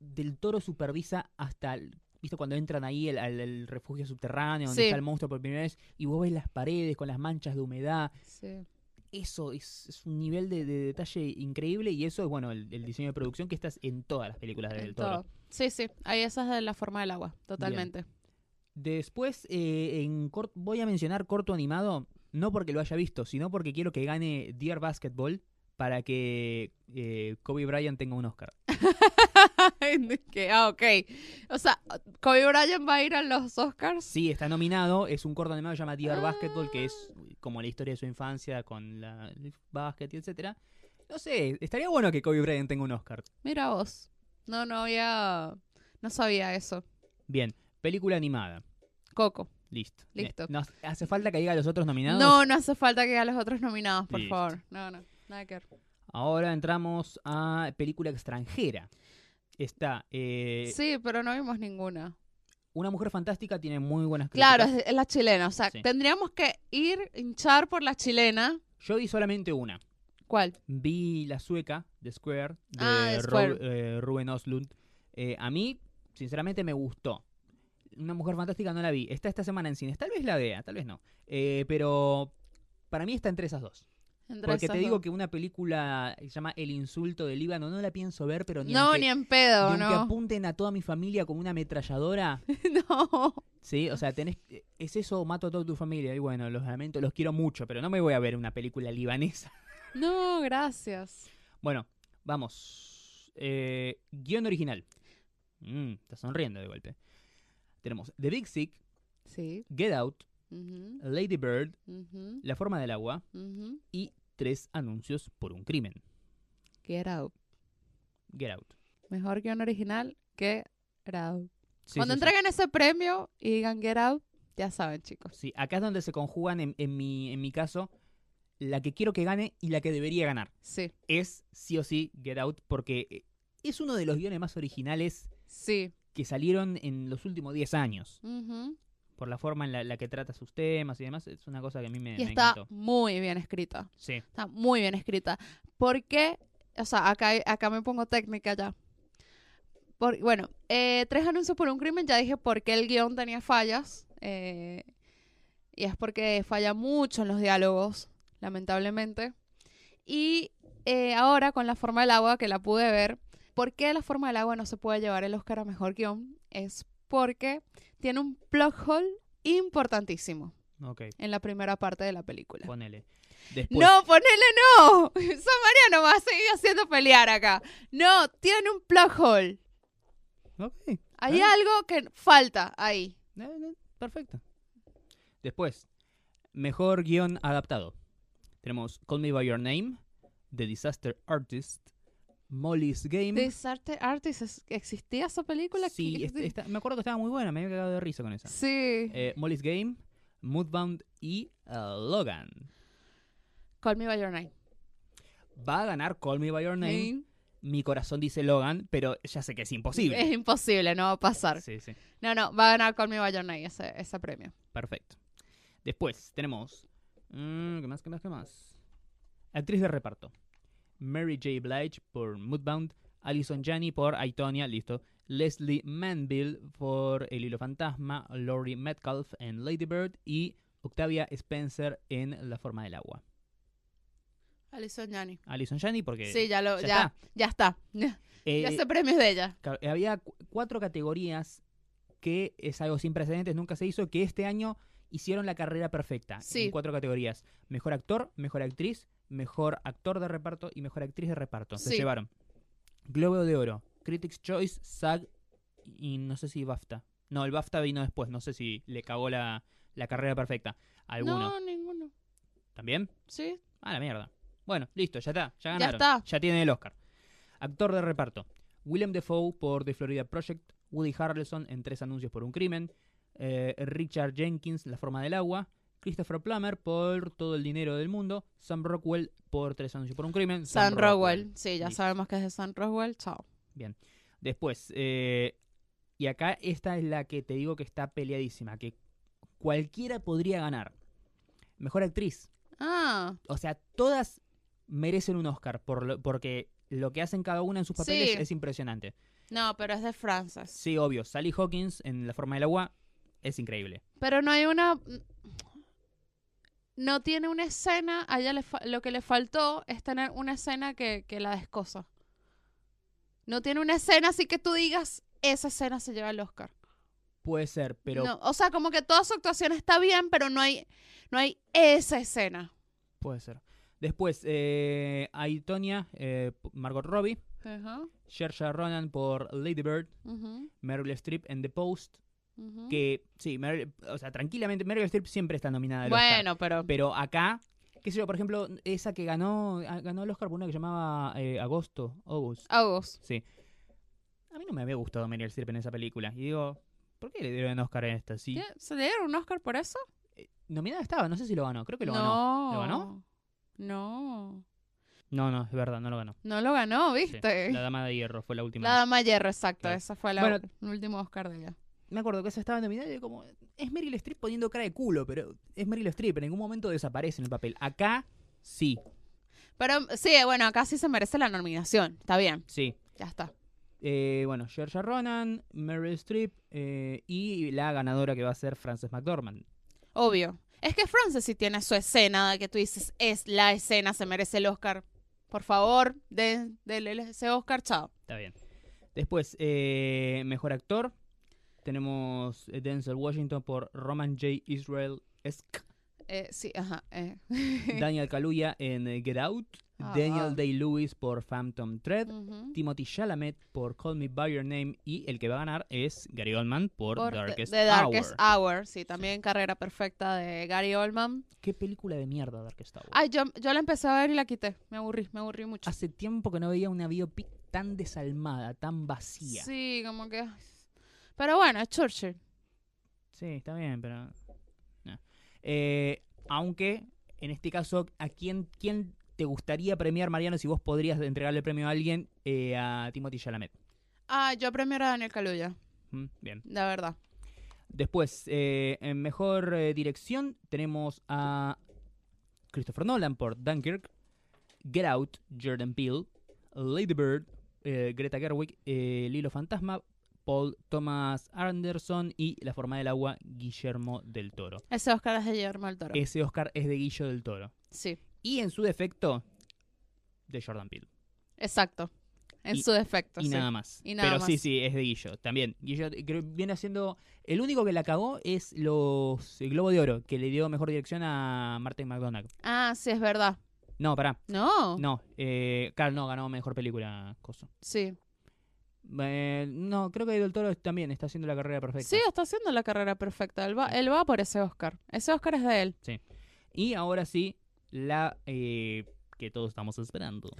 Del Toro supervisa hasta, el- ¿viste? Cuando entran ahí al al- al refugio subterráneo, donde Sí. está el monstruo por primera vez, y vos ves las paredes con las manchas de humedad. Sí. Eso es, es un nivel de, de detalle increíble y eso es, bueno, el, el diseño de producción que estás en todas las películas de en Del Toro. todo. Sí, sí. Ahí esa es de la forma del agua, totalmente. Después, eh, en cort- voy a mencionar corto animado, no porque lo haya visto, sino porque quiero que gane Dear Basketball para que eh, Kobe Bryant tenga un Oscar. Que- ah, ok. O sea, Kobe Bryant va a ir a los Oscars. Sí, está nominado. Es un corto animado que se llama Dear Ah. Basketball, que es como la historia de su infancia con la, el básquet y etcétera. No sé, estaría bueno que Kobe Bryant tenga un Oscar. Mira vos. No, no había. No sabía eso. Bien, película animada. Coco. Listo. Listo. Ne- nos- ¿Hace falta que diga los otros nominados? No, no hace falta que a los otros nominados, por Listo. favor. No, no. Nada que ver. Ahora entramos a película extranjera. Está eh, Sí, pero no vimos ninguna. Una mujer fantástica tiene muy buenas críticas. Claro, es, es la chilena. O sea, Sí. tendríamos que ir hinchar por la chilena. Yo vi solamente una. ¿Cuál? Vi la sueca de Square de Ah, de Ro- Square. eh, Ruben Oslund. Eh, a mí, sinceramente, me gustó. Una mujer fantástica no la vi. Está esta semana en cines. Tal vez la vea, tal vez no. Eh, pero para mí está entre esas dos. Entre Porque esas te digo dos. que una película que se llama El insulto de Líbano no la pienso ver, pero ni No, aunque, ni en ni pedo, aunque no. apunten a toda mi familia con una ametralladora. No. Sí, o sea, tenés, es eso, mato a toda tu familia. Y bueno, los lamento, los quiero mucho, pero no me voy a ver una película libanesa. No, gracias. Bueno, vamos. Eh, guión original. Mm, está sonriendo de golpe. Tenemos The Big Sick, Sí. Get Out, Ujú, Lady Bird, ujú, La Forma del Agua ujú. y Tres Anuncios por un Crimen. Get out. Get Out. Mejor guión original que Get out. Sí, Cuando sí, sí. entreguen ese premio y digan Get out, ya saben, chicos. Sí, acá es donde se conjugan, en, en mi, en mi caso, la que quiero que gane y la que debería ganar. Sí, Es sí o sí Get Out porque eh, es uno de los guiones más originales sí. que salieron en los últimos 10 años. ujú. Por la forma en la, la que trata sus temas y demás, es una cosa que a mí me, Y me está encantó. muy bien escrita. Sí. Está muy bien escrita. Porque, o sea, acá, acá me pongo técnica ya. Por- bueno, eh, tres anuncios por un crimen, ya dije por qué el guión tenía fallas. eh, y es porque falla mucho en los diálogos, lamentablemente. Y eh, ahora con La Forma del Agua, que la pude ver, ¿por qué La Forma del Agua no se puede llevar el Oscar a Mejor Guión? Es porque tiene un plot hole importantísimo Ok, en la primera parte de la película. ponele. Después, No, ponele no. Esa María no va a seguir haciendo pelear acá. No, tienen un plug hole. Ok, eh, Hay Ah. algo que falta ahí. eh, Perfecto. Después, mejor guión adaptado. Tenemos Call Me By Your Name, The Disaster Artist, Molly's Game. Desarte Artist, ¿es- ¿existía esa película? Sí, ¿Qué- es- está- me acuerdo que estaba muy buena, me había cagado de risa con esa. Sí. Eh, Molly's Game, Moodbound y eh, Logan. Call Me By Your Name. Va a ganar Call Me By Your Name. Mi corazón dice Logan, pero ya sé que es Es imposible. imposible, no va a pasar. Sí, sí. No, no, va a ganar Call Me By Your Name ese, ese premio. Perfecto. Después tenemos. mm, ¿Qué más? ¿Qué más? ¿Qué más? Actriz de reparto: Mary J. Blige por Moodbound, Alison Janney por Aitonia, listo. Leslie Manville por El Hilo Fantasma, Laurie Metcalf en Lady Bird y Octavia Spencer en La Forma del Agua. Alison Yanni. Alison Janney, porque. Sí, ya lo, ya ya, ya está. Ya, eh, ese premio es de ella. Claro, eh, había cu- cuatro categorías que es algo sin precedentes, nunca se hizo, que este año hicieron la carrera perfecta Sí. en cuatro categorías. Mejor actor, mejor actriz, mejor actor de reparto y mejor actriz de reparto. Se Sí. llevaron Globo de Oro, Critics' Choice, SAG y no sé si BAFTA. No, el BAFTA vino después, no sé si le cagó la, la carrera perfecta. a ¿Alguno? No, ninguno. ¿También? Sí. A la mierda. Bueno, listo, ya está, ya Ya ganaron. está. tienen el Oscar. Actor de reparto. Willem Dafoe por The Florida Project, Woody Harrelson en Tres Anuncios por un Crimen, eh, Richard Jenkins, La forma del agua, Christopher Plummer por Todo el dinero del mundo, Sam Rockwell por Tres anuncios por un crimen. San Rockwell. Sí, ya Listo. sabemos que es de San Rockwell. Chao. Después, eh, y acá esta es la que te digo que está peleadísima, que cualquiera podría ganar. Mejor actriz. Ah, O sea, todas merecen un Oscar por lo- porque lo que hacen cada una en sus Sí. papeles es impresionante. no, pero es de Frances. Sí, obvio, Sally Hawkins en La forma del agua es increíble. Pero no hay una. No tiene una escena. A ella le fa- lo que le faltó es tener una escena que, que la descosa. No tiene una escena así que tú digas, esa escena se lleva el Oscar. Puede ser, pero No, o sea, como que toda su actuación está bien, pero no hay, no hay esa escena. puede ser. Después, eh, Aitonia, eh, Margot Robbie, Ajá, Saoirse Ronan por Lady Bird, ujú, Meryl Streep en The Post, ujú. que sí, Meryl- o sea, tranquilamente Meryl Streep siempre está nominada al Oscar. Bueno, pero. Pero acá, qué sé yo, por ejemplo, esa que ganó ah, ganó el Oscar por una que llamaba eh, Agosto, August. August. Sí. A mí no me había gustado Meryl Streep en esa película y digo, ¿por qué le dieron Oscar en esta? Sí. ¿Qué? ¿Se le dieron un Oscar por eso? Nominada estaba, no sé si lo ganó, creo que lo ganó. no. ¿Lo ganó? No. No, no, es verdad, no lo ganó. No lo ganó, Sí, ¿viste? La Dama de Hierro fue la última. La Dama de Hierro, exacto. Claro. Esa fue la, Bueno. el último Oscar de ella. Me acuerdo que esa estaba nominada y yo como, es Meryl Streep poniendo cara de culo, pero es Meryl Streep, en ningún momento desaparece en el papel. Acá, sí, Pero sí, bueno, acá sí se merece la nominación. Está bien, sí. ya está. Eh, bueno, Georgia Ronan, Meryl Streep eh, y la ganadora que va a ser Frances McDormand. Obvio. Es que Frances sí tiene su escena de que tú dices, es la escena, se merece el Oscar. Por favor, den- denle ese Oscar, chao. Está bien. Después, eh, mejor actor. Tenemos eh, Denzel Washington por Roman J. Israel Esk, Eh, sí, ajá. eh. Daniel Kaluuya en eh, Get Out, Ah. Daniel Day-Lewis por Phantom Thread, Ujú. Timothy Chalamet por Call Me By Your Name y el que va a ganar es Gary Oldman por, Por The- Darkest, The Darkest Hour. Hour. Sí, también carrera perfecta de Gary Oldman. ¿Qué película de mierda Darkest Hour? Ay, yo, yo la empecé a ver y la quité. Me aburrí, me aburrí mucho. Hace tiempo que no veía una biopic tan desalmada, tan vacía. Sí, como que... Pero bueno, es Churchill. Sí, está bien, pero. no. Eh, aunque, en este caso, ¿a quién, quién te gustaría premiar, Mariano, si vos podrías entregarle el premio a alguien? Eh, a Timothy Chalamet. Ah, yo premio a Daniel Kaluuya, Mm, bien. la verdad. Después, eh, en mejor eh, dirección, tenemos a Christopher Nolan por Dunkirk, Get Out, Jordan Peele, Lady Bird, eh, Greta Gerwig, eh, El Hilo Fantasma, Paul Thomas Anderson y La Forma del Agua, Guillermo del Toro. Ese Oscar es de Guillermo del Toro. Ese Oscar es de Guillo del Toro. Sí, y en su defecto de Jordan Peele. exacto. En Y- su defecto. Y sí. nada más. Y nada Pero sí, más. sí, es de Guillo. También. Guillo creo, viene haciendo. El único que la cagó es los el Globo de Oro, que le dio mejor dirección a Martin McDonagh. Ah, sí, es verdad. No, pará. No. No. Eh, claro, no, ganó mejor película. Coso. Sí. Eh, no, creo que Del Toro también está haciendo la carrera perfecta. Sí, está haciendo la carrera perfecta. Él va, él va por ese Oscar. Ese Oscar es de él. Y ahora sí, la eh, que todos estamos esperando.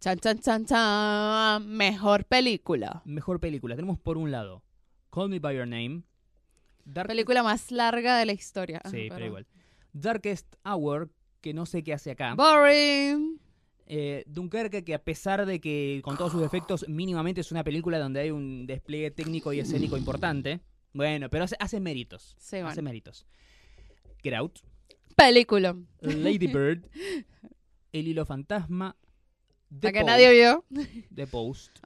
Chan, chan, chan, chan. Mejor película. Mejor película. Tenemos por un lado Call Me By Your Name. Dark Película más larga de la historia. Ah, Sí, pero perdón. igual. Darkest Hour, que no sé qué hace acá. Boring. Eh, Dunkerque, que a pesar de que con todos sus defectos, mínimamente es una película donde hay un despliegue técnico y escénico importante. Bueno, pero hace, hace méritos. Sí, bueno. Hace méritos. Get Out, Película. Lady Bird, El Hilo Fantasma, The, La que Post, nadie vio. The Post,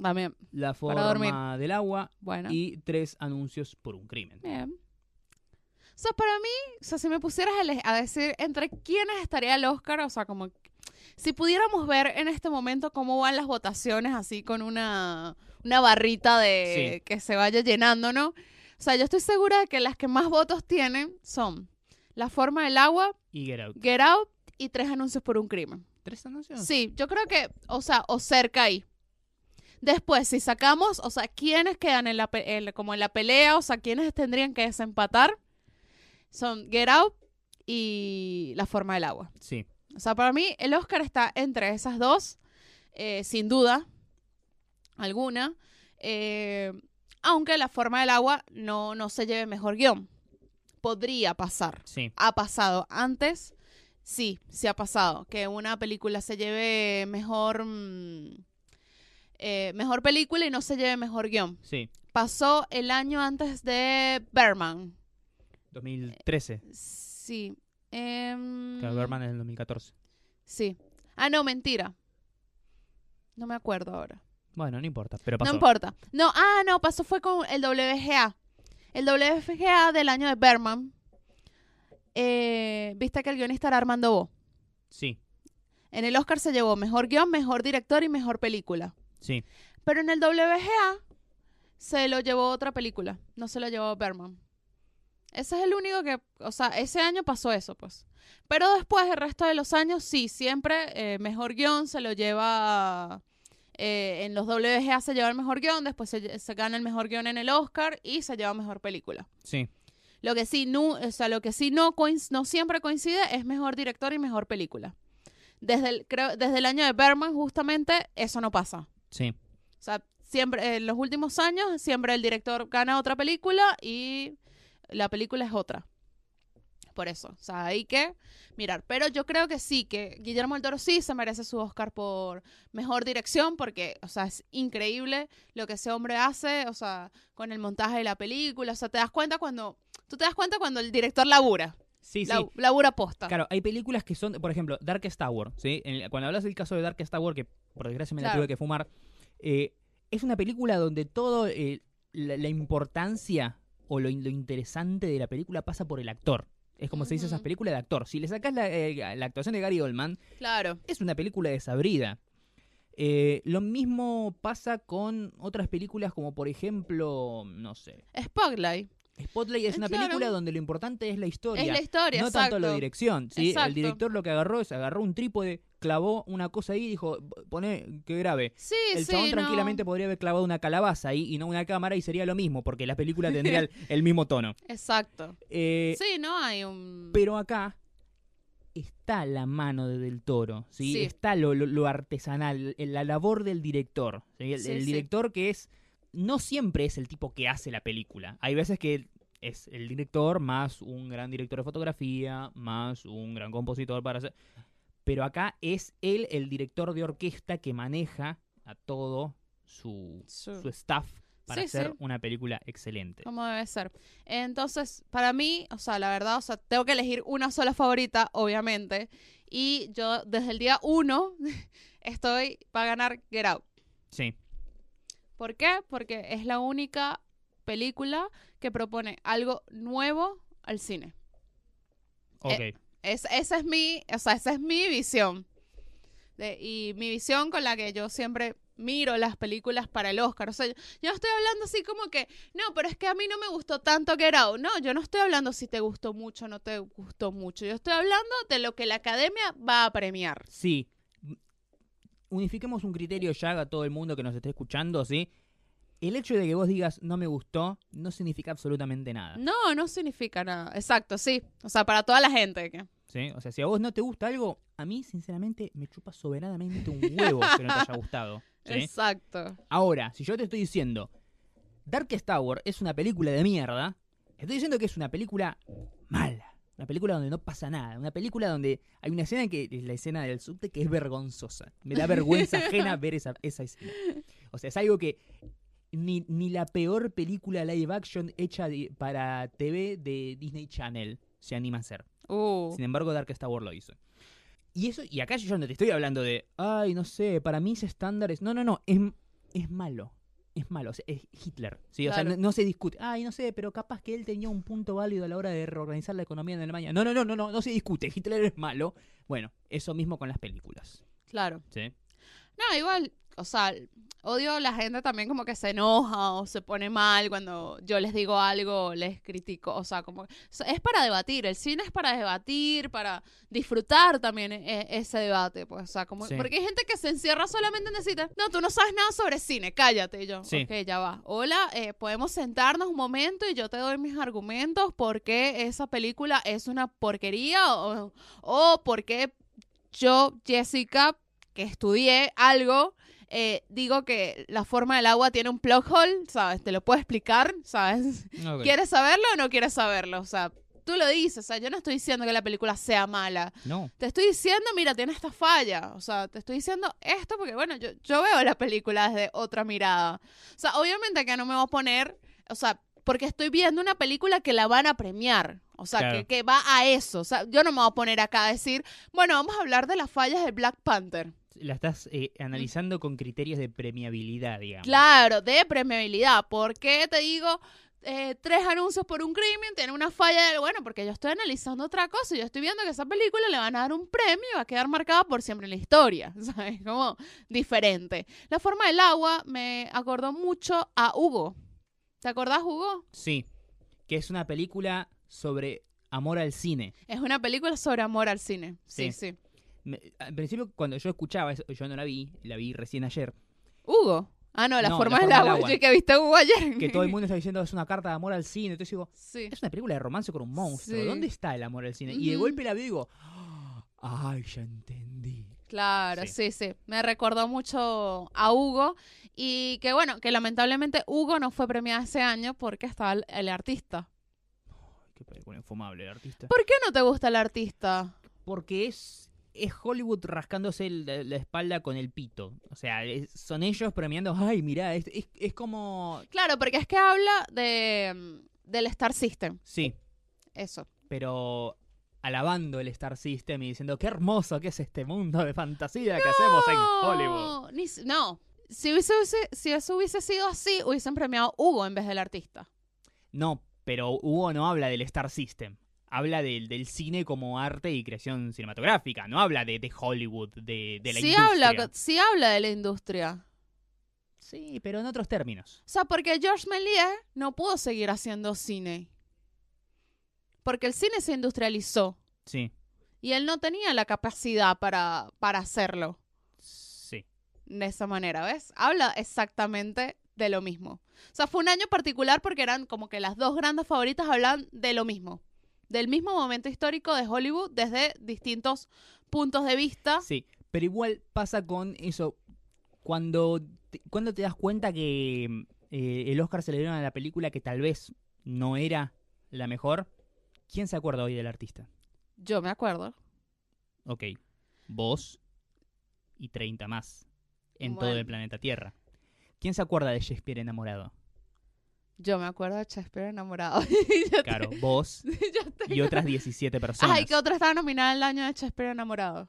También. La Para dormir. Forma del Agua Bueno. y Tres Anuncios por un Crimen. Bien. O sea, para mí, o sea, si me pusieras a, ele- a decir entre quiénes estaría el Oscar, o sea, como que- si pudiéramos ver en este momento cómo van las votaciones, así con una, una barrita de Sí. que se vaya llenando, ¿no? O sea, yo estoy segura de que las que más votos tienen son La Forma del Agua, Y Get Out. Get Out y Tres Anuncios por un Crimen. ¿Tres anuncios? Sí, yo creo que, o sea, o cerca ahí. Después, si sacamos, o sea, quiénes quedan en la, pe- en la- como en la pelea, o sea, quiénes tendrían que desempatar, son Get Out y La Forma del Agua. Sí. O sea, para mí el Oscar está entre esas dos, eh, sin duda alguna. Eh, aunque La forma del agua no, no se lleve mejor guión. Podría pasar. Sí. Ha pasado antes, sí, sí ha pasado, que una película se lleve mejor, mm, eh, mejor película y no se lleve mejor guión. Sí. Pasó el año antes de Berman. 2013. Sí. em, Claro, Berman es del 2014. Sí. Ah, no, mentira. No me acuerdo ahora. Bueno, no importa, pero pasó. No importa. No, ah, no, pasó fue con el WGA. El WGA del año de Berman. Eh, Viste que el guionista era Armando Bo. Sí, En el Oscar se llevó mejor guión, mejor director y mejor película. sí. Pero en el WGA se lo llevó otra película. No se lo llevó Berman. Ese es el único que, o sea, ese año pasó eso, pues. Pero después, el resto de los años, sí, siempre eh, mejor guión se lo lleva. eh, en los WGA se lleva el mejor guión, después se, lle- se gana el mejor guión en el Oscar y se lleva mejor película. Sí, Lo que sí, no, o sea, lo que sí no, coinc- no siempre coincide es mejor director y mejor película. Desde el, creo, desde el año de Berman, justamente, eso no pasa. sí. O sea, siempre, en los últimos años, siempre el director gana otra película y la película es otra. Por eso, o sea, hay que mirar. Pero yo creo que sí, que Guillermo del Toro sí se merece su Oscar por mejor dirección, porque, o sea, es increíble lo que ese hombre hace, o sea, con el montaje de la película. O sea, te das cuenta cuando, tú te das cuenta cuando el director labura, Sí, sí. la- labura posta. Claro, hay películas que son, por ejemplo, Darkest Tower, ¿sí? En el- cuando hablas del caso de Darkest Tower, que por desgracia me la Claro. tuve que fumar, eh, es una película donde todo eh, la, la importancia o lo, in- lo interesante de la película pasa por el actor. Es como se dice Ujú. esas películas de actor. Si le sacas la, eh, la actuación de Gary Oldman, Claro. es una película desabrida. Eh, lo mismo pasa con otras películas como, por ejemplo, no sé, Spotlight Spotlight es Eh, una claro. película donde lo importante es la historia es la historia, no exacto. tanto la dirección. ¿sí? Exacto. El director lo que agarró es agarró un trípode, clavó una cosa ahí y dijo, pone que grave. Sí, El sí, chabón no. tranquilamente podría haber clavado una calabaza ahí y no una cámara y sería lo mismo, porque la película tendría el, el mismo tono. Exacto. Eh, Sí, no hay un. Pero acá está la mano de del toro, ¿sí? Sí. está lo, lo- lo artesanal, el- la labor del director. ¿sí? El, Sí, el sí. director que es, no siempre es el tipo que hace la película. Hay veces que es el director más un gran director de fotografía, más un gran compositor para hacer... Pero acá es él el director de orquesta que maneja a todo su, Su- su staff para Sí, hacer sí. Oh. una película excelente. Como debe ser. Entonces, para mí, o sea, la verdad, o sea, tengo que elegir una sola favorita, obviamente. Y yo desde el día uno estoy para ganar Get Out. Eh, Sí, ¿Por qué? Porque es la única película que propone algo nuevo al cine. ok. Es, esa es mi, o sea, esa es mi visión. De- y mi visión con la que yo siempre miro las películas para el Oscar. O sea, yo, yo no estoy hablando así como que, no, pero es que a mí no me gustó tanto Get Out. No, yo no estoy hablando si te gustó mucho o no te gustó mucho. Yo estoy hablando de lo que la academia va a premiar. Sí. Unifiquemos un criterio ya a todo el mundo que nos esté escuchando, ¿sí? El hecho de que vos digas no me gustó no significa absolutamente nada. No, no significa nada. Exacto, sí. O sea, para toda la gente. que- ¿sí? O sea, si a vos no te gusta algo, a mí sinceramente me chupa soberanamente un huevo que no te haya gustado. ¿sí? Exacto. Ahora, si yo te estoy diciendo Darkest Tower es una película de mierda, estoy diciendo que es una película mala. Una película donde no pasa nada. Una película donde hay una escena que es la escena del subte que es vergonzosa. Me da vergüenza ajena ver esa, esa escena. O sea, es algo que ni, ni la peor película live action hecha de- para TV de Disney Channel se anima a hacer. Uh, Sin embargo, Darkest Tower lo hizo. Y eso, y acá yo no te estoy hablando de, ay, no sé, para mí ese estándar es. No, no, no, es, es malo. Es malo, o sea, es Hitler. ¿sí? O sea, Claro. no, no se discute. Ay, no sé, pero capaz que él tenía un punto válido a la hora de reorganizar la economía en Alemania. No, no, no, no, no, no se discute. Hitler es malo. Bueno, eso mismo con las películas. claro. ¿sí? No, igual, o sea, odio la gente también como que se enoja o se pone mal cuando yo les digo algo, o les critico, o sea, como o sea, es para debatir, el cine es para debatir, para disfrutar también e- ese debate, pues, o sea, como Sí. porque hay gente que se encierra solamente en decir, no, tú no sabes nada sobre cine, cállate y yo. Sí. Ok, ya va. Hola, eh, podemos sentarnos un momento y yo te doy mis argumentos por qué esa película es una porquería o, o por qué yo, Jessica, que estudié algo, eh, digo que la forma del agua tiene un plug hole, ¿sabes? Te lo puedo explicar, ¿sabes? Ok. ¿Quieres saberlo o no quieres saberlo? O sea, tú lo dices, o sea, yo no estoy diciendo que la película sea mala. No. Te estoy diciendo, mira, tiene esta falla. O sea, te estoy diciendo esto porque, bueno, yo, yo veo la película desde otra mirada. O sea, obviamente que no me voy a poner, o sea, porque estoy viendo una película que la van a premiar. O sea, Claro. que, que va a eso. O sea, yo no me voy a poner acá a decir, bueno, vamos a hablar de las fallas de Black Panther. La estás eh, analizando con criterios de premiabilidad, digamos. Claro, de premiabilidad. ¿Por qué te digo eh, tres anuncios por un crimen? Tiene una falla del. Bueno, porque yo estoy analizando otra cosa. y Yo estoy viendo que esa película le van a dar un premio y va a quedar marcada por siempre en la historia. ¿Sabes? Como diferente. La forma del agua me acordó mucho a Hugo. ¿Te acordás, Hugo? Sí. Que es una película sobre amor al cine. Es una película sobre amor al cine. Sí, sí. Me- al principio, cuando yo escuchaba eso, yo no la vi, la vi recién ayer, Hugo. Ah, no, la No, forma del agua. Yo que viste a Hugo ayer. que todo el mundo está diciendo es una carta de amor al cine. Entonces digo, Sí. es una película de romance con un monstruo. Sí. ¿Dónde está el amor al cine? Y de Ujú. golpe la veo y digo, ay, ya entendí. Claro, Sí. sí. sí, Me recordó mucho a Hugo y que bueno, que lamentablemente Hugo no fue premiado ese año porque estaba el, el artista. Qué película infumable el artista. ¿Por qué no te gusta el artista? Porque es, es Hollywood rascándose el- la, la espalda con el pito. O sea, es- son ellos premiando, ay, mirá, es, es- es como... Claro, porque es que habla de mm, del Star System, Sí, eso. pero alabando el Star System y diciendo, qué hermoso que es este mundo de fantasía que hacemos en Hollywood. No, ni si- no. Si, hubiese, hubiese- si eso hubiese sido así, hubiesen premiado a Hugo en vez del artista. No, pero Hugo no habla del Star System. Habla del, del cine como arte y creación cinematográfica. No habla de, de Hollywood, de, de la sí industria. habla, sí habla de la industria. Sí, pero en otros términos. O sea, porque Georges Méliès no pudo seguir haciendo cine. Porque el cine se industrializó Sí, y él no tenía la capacidad para, para hacerlo sí. de esa manera, ¿ves? Habla exactamente de lo mismo. O sea, fue un año particular porque eran como que las dos grandes favoritas hablan de lo mismo. Del mismo momento histórico de Hollywood desde distintos puntos de vista. Sí, pero igual pasa con eso. Cuando te, cuando te das cuenta que eh, el Oscar se le dieron a la película que tal vez no era la mejor, ¿quién se acuerda hoy del artista? Yo me acuerdo. Ok, vos y 30 más en todo Bueno. el planeta Tierra. ¿Quién se acuerda de Shakespeare enamorado? Yo me acuerdo de Shakespeare enamorado. Yo te- Claro, vos yo te- y otras 17 personas. Ay, ¿qué otra estaba nominada el año de Shakespeare enamorado? O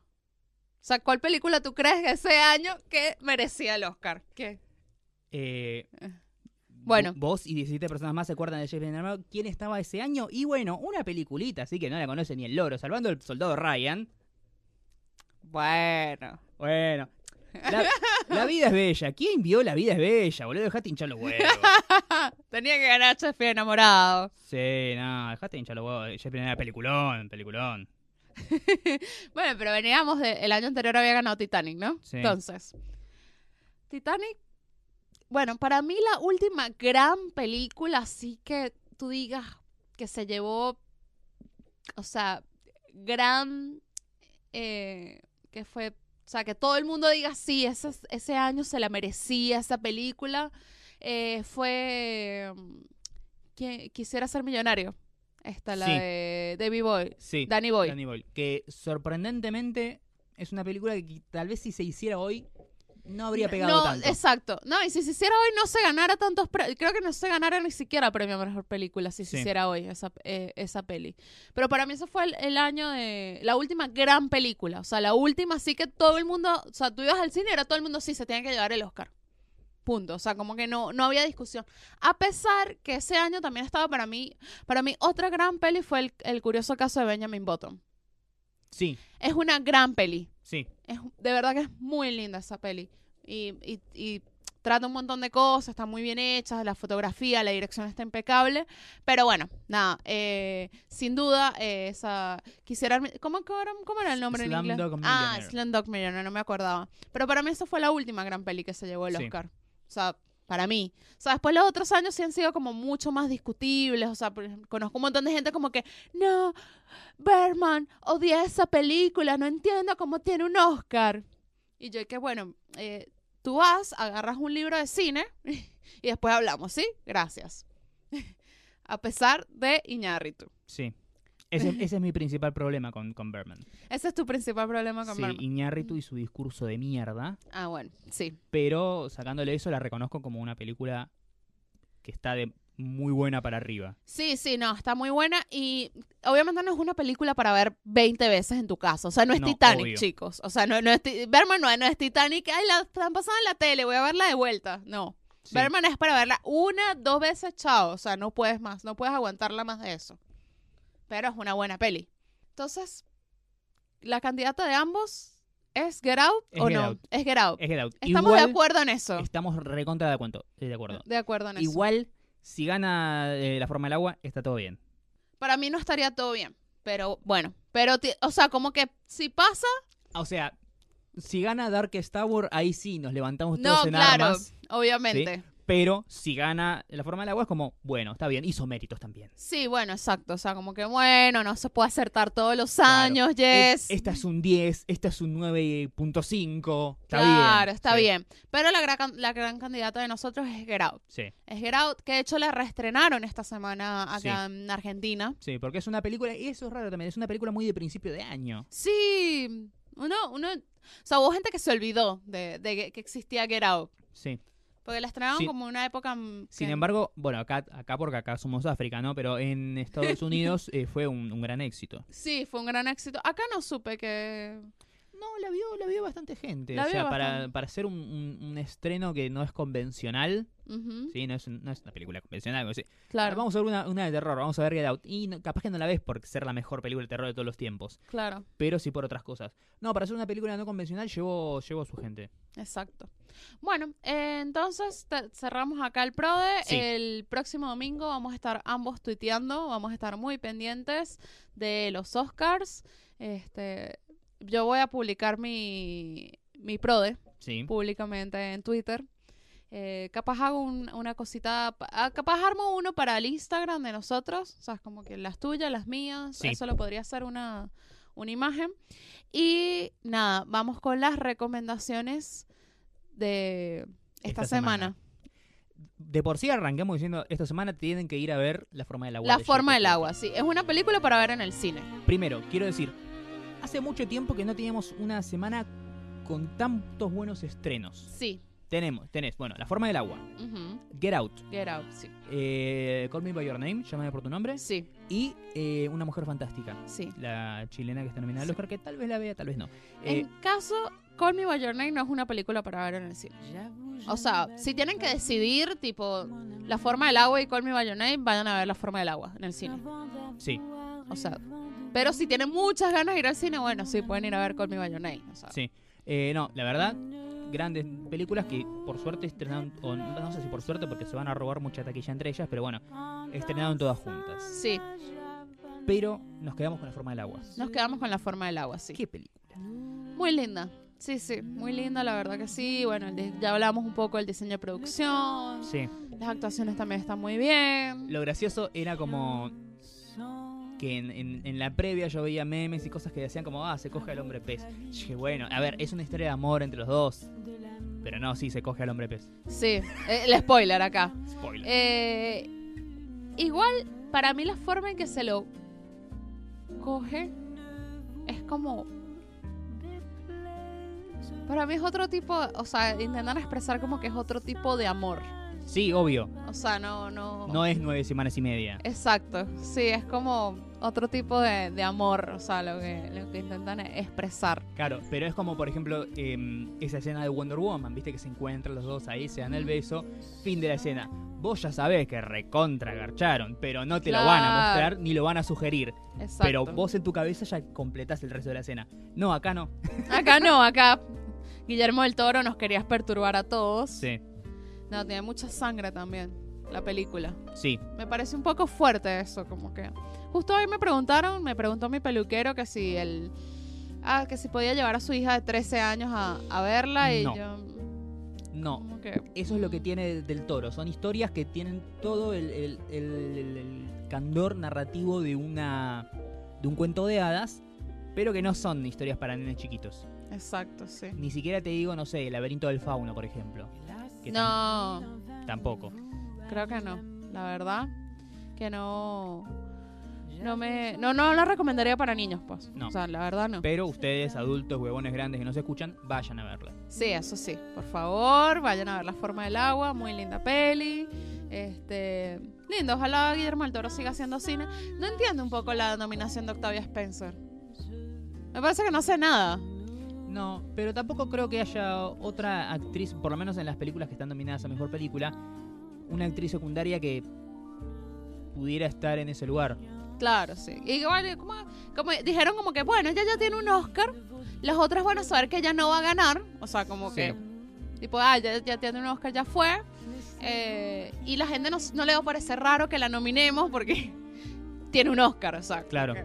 sea, ¿cuál película tú crees que ese año que merecía el Oscar? ¿Qué? Eh, Bueno. vo- Vos y 17 personas más se acuerdan de Shakespeare enamorado. ¿Quién estaba ese año? Y bueno, una peliculita, así que no la conoce ni el loro, salvando el soldado Ryan. Bueno. Bueno. La, la vida es bella. ¿Quién vio La vida es bella, boludo? Dejate hinchar los huevos. Tenía que ganar Shakespeare enamorado. Sí, no, dejate hinchar los huevos. Shakespeare era peliculón, peliculón. Bueno, pero veníamos de- el año anterior había ganado Titanic, ¿no? Sí. Entonces, Titanic, bueno, para mí la última gran película, así que tú digas que se llevó, o sea, gran, eh, que fue, o sea, que todo el mundo diga, sí, ese, ese año se la merecía esa película, eh, fue mm, que Quisiera ser millonario. Esta, la Sí. de David Boy, Sí, Danny Boy. Danny Boyle. Que sorprendentemente es una película que tal vez si se hiciera hoy no habría pegado no, tanto. exacto. No, y si se hiciera hoy no se ganara tantos pre- Creo que no se ganara ni siquiera premio a mejor película si Sí. se hiciera hoy esa, eh, esa peli. Pero para mí eso fue el, el año de la última gran película. O sea, la última sí que todo el mundo, o sea, tú ibas al cine y era todo el mundo sí, se tiene que llevar el Oscar. Punto. O sea, como que no, no había discusión. A pesar que ese año también estaba para mí, para mí otra gran peli fue el, el curioso caso de Benjamin Button. Sí, Es una gran peli. sí. Es, de verdad que es muy linda esa peli. Y, y- y trata un montón de cosas, está muy bien hecha, la fotografía, la dirección está impecable. Pero bueno, nada, eh, sin duda, eh, esa... Quisiera... ¿cómo, cómo era, cómo era el nombre en inglés? Slumdog ah, Millionaire. Slumdog Millionaire, no me acordaba. Pero para mí esa fue la última gran peli que se llevó el Sí. Oscar. O sea, para mí. O sea, después los otros años sí han sido como mucho más discutibles. O sea, por ejemplo, conozco un montón de gente como que, no, Berman, odié esa película, no entiendo cómo tiene un Oscar. Y yo, que bueno, eh, Tú vas, agarras un libro de cine y después hablamos, ¿sí? Gracias. A pesar de Iñárritu. Sí. Ese, ese es mi principal problema con, con Berman. Ese es tu principal problema con Sí, Bergman. Iñárritu y su discurso de mierda. Ah, bueno, sí. Pero sacándole eso, la reconozco como una película que está de muy buena para arriba. Sí, sí, no, está muy buena y obviamente no es una película para ver 20 veces en tu casa. O sea, no es No, Titanic, obvio. chicos. O sea, no, no es ti- Berman no, es- no es Titanic. Ay, la están pasando en la tele, voy a verla de vuelta. No. Sí. Berman es para verla una, dos veces, chao. O sea, no puedes más, no puedes aguantarla más de eso. Pero es una buena peli. Entonces, la candidata de ambos es Get Out Es o Get no? Out. Es Get Out. Es Get Out. Estamos Igual de acuerdo en eso. Estamos recontra de acuerdo. De acuerdo. De acuerdo en eso. Igual, si gana eh, la forma del agua, está todo bien. Para mí no estaría todo bien, pero bueno, pero ti- o sea, como que si pasa, O sea, si gana Darkest Tower, ahí sí nos levantamos no, todos en claro, armas. obviamente. Pero si gana la forma del agua, es como, bueno, está bien, hizo méritos también. ¿Sí? bueno, exacto, o sea, como que bueno, no se puede acertar todos los Claro. años, Es- Jess. E, esta es un 10, esta es un 9.5. Está bien. claro, está Sí, bien. Pero la gran, can- la gran candidata de nosotros es Get Out. Sí, Es Get Out, que de hecho la reestrenaron esta semana acá Sí. en Argentina. sí, porque es una película, y eso es raro también, es una película muy de principio de año. Sí, uno, uno, o sea, hubo gente que se olvidó de, de que- que existía Get Out. Sí. Porque la estrenaron Sin- como en una época... mm, Sin que- embargo, bueno, acá, acá porque acá somos África, ¿no? Pero en Estados Unidos eh, fue un, un gran éxito. Sí, fue un gran éxito. Acá no supe que... No, la vio, la vio bastante gente. La o vio sea, para, bastante. para hacer un, un- un estreno que no es convencional, Ujú, ¿sí? No es, un- no es una película convencional. como si, Claro, Vamos a ver una, una de terror, vamos a ver Get Out. Y no- capaz que no la ves por ser la mejor película de terror de todos los tiempos, claro, pero sí por otras cosas. No, para hacer una película no convencional llevó, llevó su gente. exacto. Bueno, eh, entonces te- cerramos acá el PRODE. Sí. El próximo domingo vamos a estar ambos tuiteando, vamos a estar muy pendientes de los Oscars. Este, yo voy a publicar mi, mi PRODE Sí. públicamente en Twitter. Eh, capaz hago un- una cosita, pa- ah, capaz armo uno para el Instagram de nosotros, o sea, es como que las tuyas, las mías, Sí. eso lo podría ser una, una imagen. Y nada, vamos con las recomendaciones de esta, Esta semana. semana. De por sí arranquemos diciendo, esta semana tienen que ir a ver La forma del agua. La de Jacob forma del Truffaut. agua, sí, es una película para ver en el cine. Primero, quiero decir, hace mucho tiempo que no teníamos una semana con tantos buenos estrenos. Sí, Tenemos, tenés, bueno, La forma del agua, ujú, Get Out, Get Out, sí. eh, Call Me By Your Name, Llámame por tu nombre, Sí, y eh, Una Mujer Fantástica, sí. la chilena que está nominada al Sí. Oscar, que tal vez la vea, tal vez no. Eh, En caso, Call Me By Your Name no es una película para ver en el cine. O sea, si tienen que decidir, tipo, La Forma del Agua y Call Me By Your Name, vayan a ver La Forma del Agua en el cine. sí, O sea, pero si tienen muchas ganas de ir al cine, bueno, sí, pueden ir a ver Call Me By Your Name. O sea, sí. Eh, no, la verdad, grandes películas que por suerte estrenaron, o no sé si por suerte porque se van a robar mucha taquilla entre ellas, pero bueno, estrenaron todas juntas. sí, Pero nos quedamos con La forma del agua. nos quedamos con La Forma del Agua, sí. ¿Qué película? Muy linda. Sí, sí, muy linda, la verdad que sí. Bueno, el di- ya hablamos un poco del diseño de producción. Sí. Las actuaciones también están muy bien. Lo gracioso era como que en, en- en la previa yo veía memes y cosas que decían como, ah, se coge al hombre pez. Y dije, bueno, a ver, es una historia de amor entre los dos. Pero no, sí, se coge al hombre pez. Sí, eh, el spoiler acá. Spoiler. Eh, igual, para mí la forma en que se lo coge es como... Para mí es otro tipo, o sea, intentan expresar como que es otro tipo de amor. Sí, obvio. O sea, no, no... No es nueve semanas y media. Exacto, sí, es como otro tipo de, de amor, o sea, lo que, lo que intentan expresar. Claro, pero es como, por ejemplo, em, esa escena de Wonder Woman, viste que se encuentran los dos ahí, se dan el beso, fin de la escena. Vos ya sabés que recontra garcharon, pero no te lo van a Claro. mostrar ni lo van a sugerir. Exacto. Pero vos en tu cabeza ya completás el resto de la escena. No, acá no. Acá no, acá Guillermo del Toro nos querías perturbar a todos. Sí, No, tiene mucha sangre también la película. sí. Me parece un poco fuerte eso, como que. Justo hoy me preguntaron, me preguntó mi peluquero que si él. Ah, que si podía llevar a su hija de 13 años a, a verla y No. yo. No, Como que. eso es lo que tiene del toro. Son historias que tienen todo el, el- el- el- el candor narrativo de una de un cuento de hadas, pero que no son historias para nenes chiquitos. Exacto, sí. Ni siquiera te digo, no sé, El laberinto del fauno, por ejemplo. que No, tam- tampoco. creo que no. La verdad que no. No me. No, no lo recomendaría para niños, pues. No. O sea, la verdad no. Pero ustedes, adultos, huevones grandes que no se escuchan, vayan a verla. Sí, eso sí. Por favor, vayan a ver La Forma del Agua. Muy linda peli. Este. Lindo, ojalá Guillermo del Toro siga haciendo cine. No entiendo un poco la nominación de Octavia Spencer. Me parece que no hace nada. No, pero tampoco creo que haya otra actriz, por lo menos en las películas que están nominadas a mejor película, una actriz secundaria que pudiera estar en ese lugar. Claro, sí. Y que, bueno, como, como dijeron como que, bueno, ella ya tiene un Oscar, las otras van a saber que ella no va a ganar, o sea, como Sí. que, tipo, ah, ya, ya tiene un Oscar, ya fue. Eh, y la gente no, no le va a parecer raro que la nominemos porque tiene un Oscar, o sea, Claro. Ok.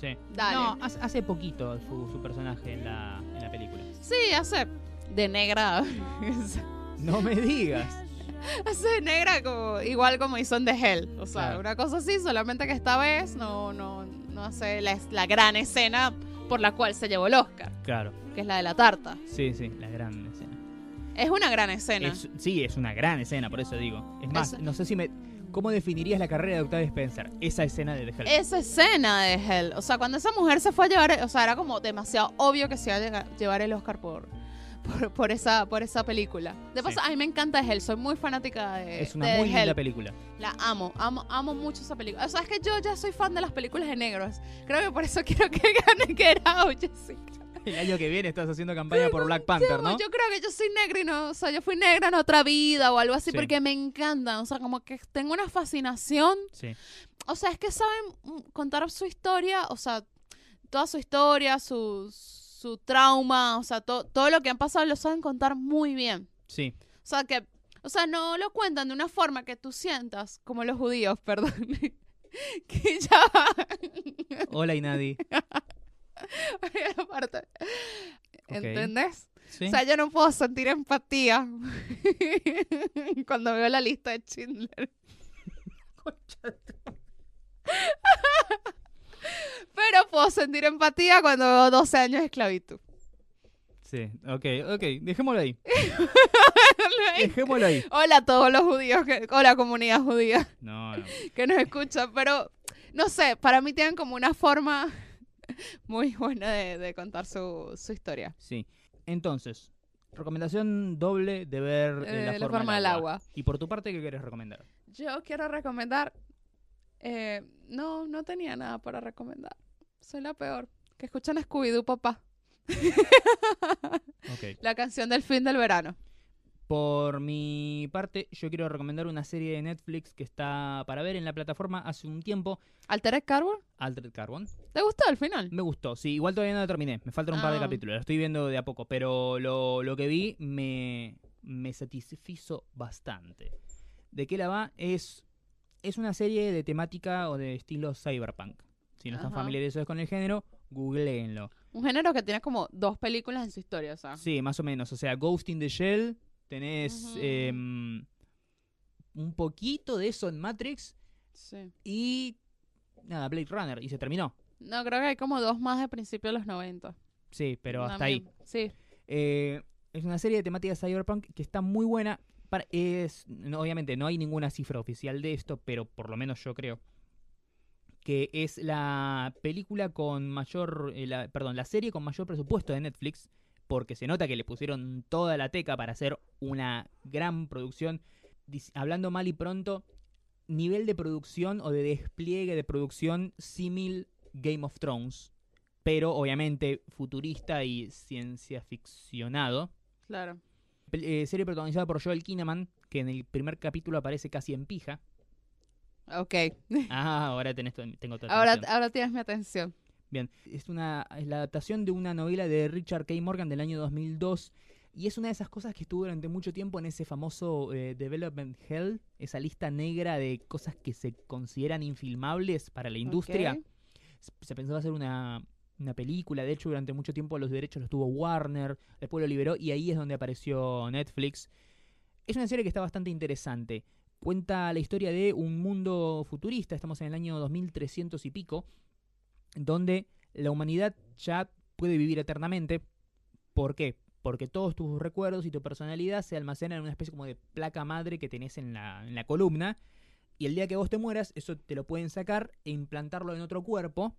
Sí. dale. No, hace, hace poquito su, su personaje en la, en la película. Sí, hace de negra, No me digas. hace de negra como, igual como hizo en The Hell, o sea, Claro. una cosa así, solamente que esta vez no, no, no hace la, la gran escena por la cual se llevó el Oscar, Claro, que es la de la tarta. sí, sí, la gran escena. Es una gran escena. Es- sí, es una gran escena, por eso digo. Es más, Es- no sé si me... ¿Cómo definirías la carrera de Octavia Spencer? Esa escena de The Help. Esa escena de Hell. O sea, cuando esa mujer se fue a llevar, o sea, era como demasiado obvio que se iba a llega- llevar el Oscar por, por, por esa, por esa película. De paso, Sí. a mí me encanta Hell. Soy muy fanática de, Es una de muy Hell. linda película. La amo, amo, amo mucho esa película. O sea, es que yo ya soy fan de las películas de negros. Creo que por eso quiero que gane Get Out, Jessica. El año que viene estás haciendo campaña por Black Panther, ¿no? Yo creo que yo soy negra y no, o sea, yo fui negra en otra vida o algo así Sí. porque me encantan. O sea, como que tengo una fascinación Sí. o sea, es que saben mm, contar su historia, o sea, toda su historia, su, su trauma, o sea, to- todo lo que han pasado lo saben contar muy bien. Sí. O sea, que, o sea, no lo cuentan de una forma que tú sientas, como los judíos, perdón. que ya va. Hola, Inadi. Aparte, Ok. ¿Entendés? Sí. O sea, yo no puedo sentir empatía cuando veo la lista de Schindler. Pero puedo sentir empatía cuando veo 12 años de esclavitud. Sí, ok, ok. Dejémoslo ahí. Dejémoslo ahí. hola a todos los judíos, que, hola comunidad judía No, no. que nos escucha, pero no sé, para mí tienen como una forma muy buena de, de contar su, su historia. Sí. Entonces, recomendación doble de ver eh, Eh, la, La forma forma del agua. Y por tu parte, ¿qué quieres recomendar? Yo quiero recomendar. eh, no, no tenía nada para recomendar. Soy la peor. Que escuchan Scooby-Doo, papá. Ok. La canción del fin del verano. Por mi parte, yo quiero recomendar una serie de Netflix que está para ver en la plataforma hace un tiempo, ¿Altered Carbon? Altered Carbon. ¿Te gustó al final? Me gustó, sí, igual todavía no la terminé, me faltan un par de Ah. capítulos, la estoy viendo de a poco, pero lo, lo que vi me, me satisfizo bastante. ¿De qué la va? Es, es una serie de temática o de estilo cyberpunk. Si no están Ajá. familiarizados con el género, googleenlo. Un género que tiene como dos películas en su historia, o sea. Sí, más o menos, o sea, Ghost in the Shell, tenés Ujú. em, un poquito de eso en Matrix Sí. y nada, Blade Runner, y se terminó. No, creo que hay como dos más de principios de los 90. Sí, pero hasta ahí. También. Sí. Eh, es una serie de temáticas cyberpunk que está muy buena. Para- es, no, obviamente no hay ninguna cifra oficial de esto, pero por lo menos yo creo que es la película con mayor, eh, la- perdón, la serie con mayor presupuesto de Netflix, porque se nota que le pusieron toda la teca para hacer una gran producción. Dis- Hablando mal y pronto, nivel de producción o de despliegue de producción símil Game of Thrones, pero obviamente futurista y ciencia ficcionado. Claro. Pel- eh, serie protagonizada por Joel Kinnaman, que en el primer capítulo aparece casi en pija. Ok. Ah, ahora tenés tu- tengo tu Ahora, atención. ahora tienes mi atención. Bien, es, una, es la adaptación de una novela de Richard K. Morgan del año 2002 y es una de esas cosas que estuvo durante mucho tiempo en ese famoso eh, Development Hell, esa lista negra de cosas que se consideran infilmables para la industria. Ok. S- Se pensaba hacer una, una película, de hecho durante mucho tiempo los derechos los tuvo Warner, después lo liberó y ahí es donde apareció Netflix. Es una serie que está bastante interesante. Cuenta la historia de un mundo futurista, estamos en el año 2300 y pico, donde la humanidad ya puede vivir eternamente. ¿Por qué? Porque todos tus recuerdos y tu personalidad se almacenan en una especie como de placa madre que tenés en la, en la columna. Y el día que vos te mueras, eso te lo pueden sacar e implantarlo en otro cuerpo.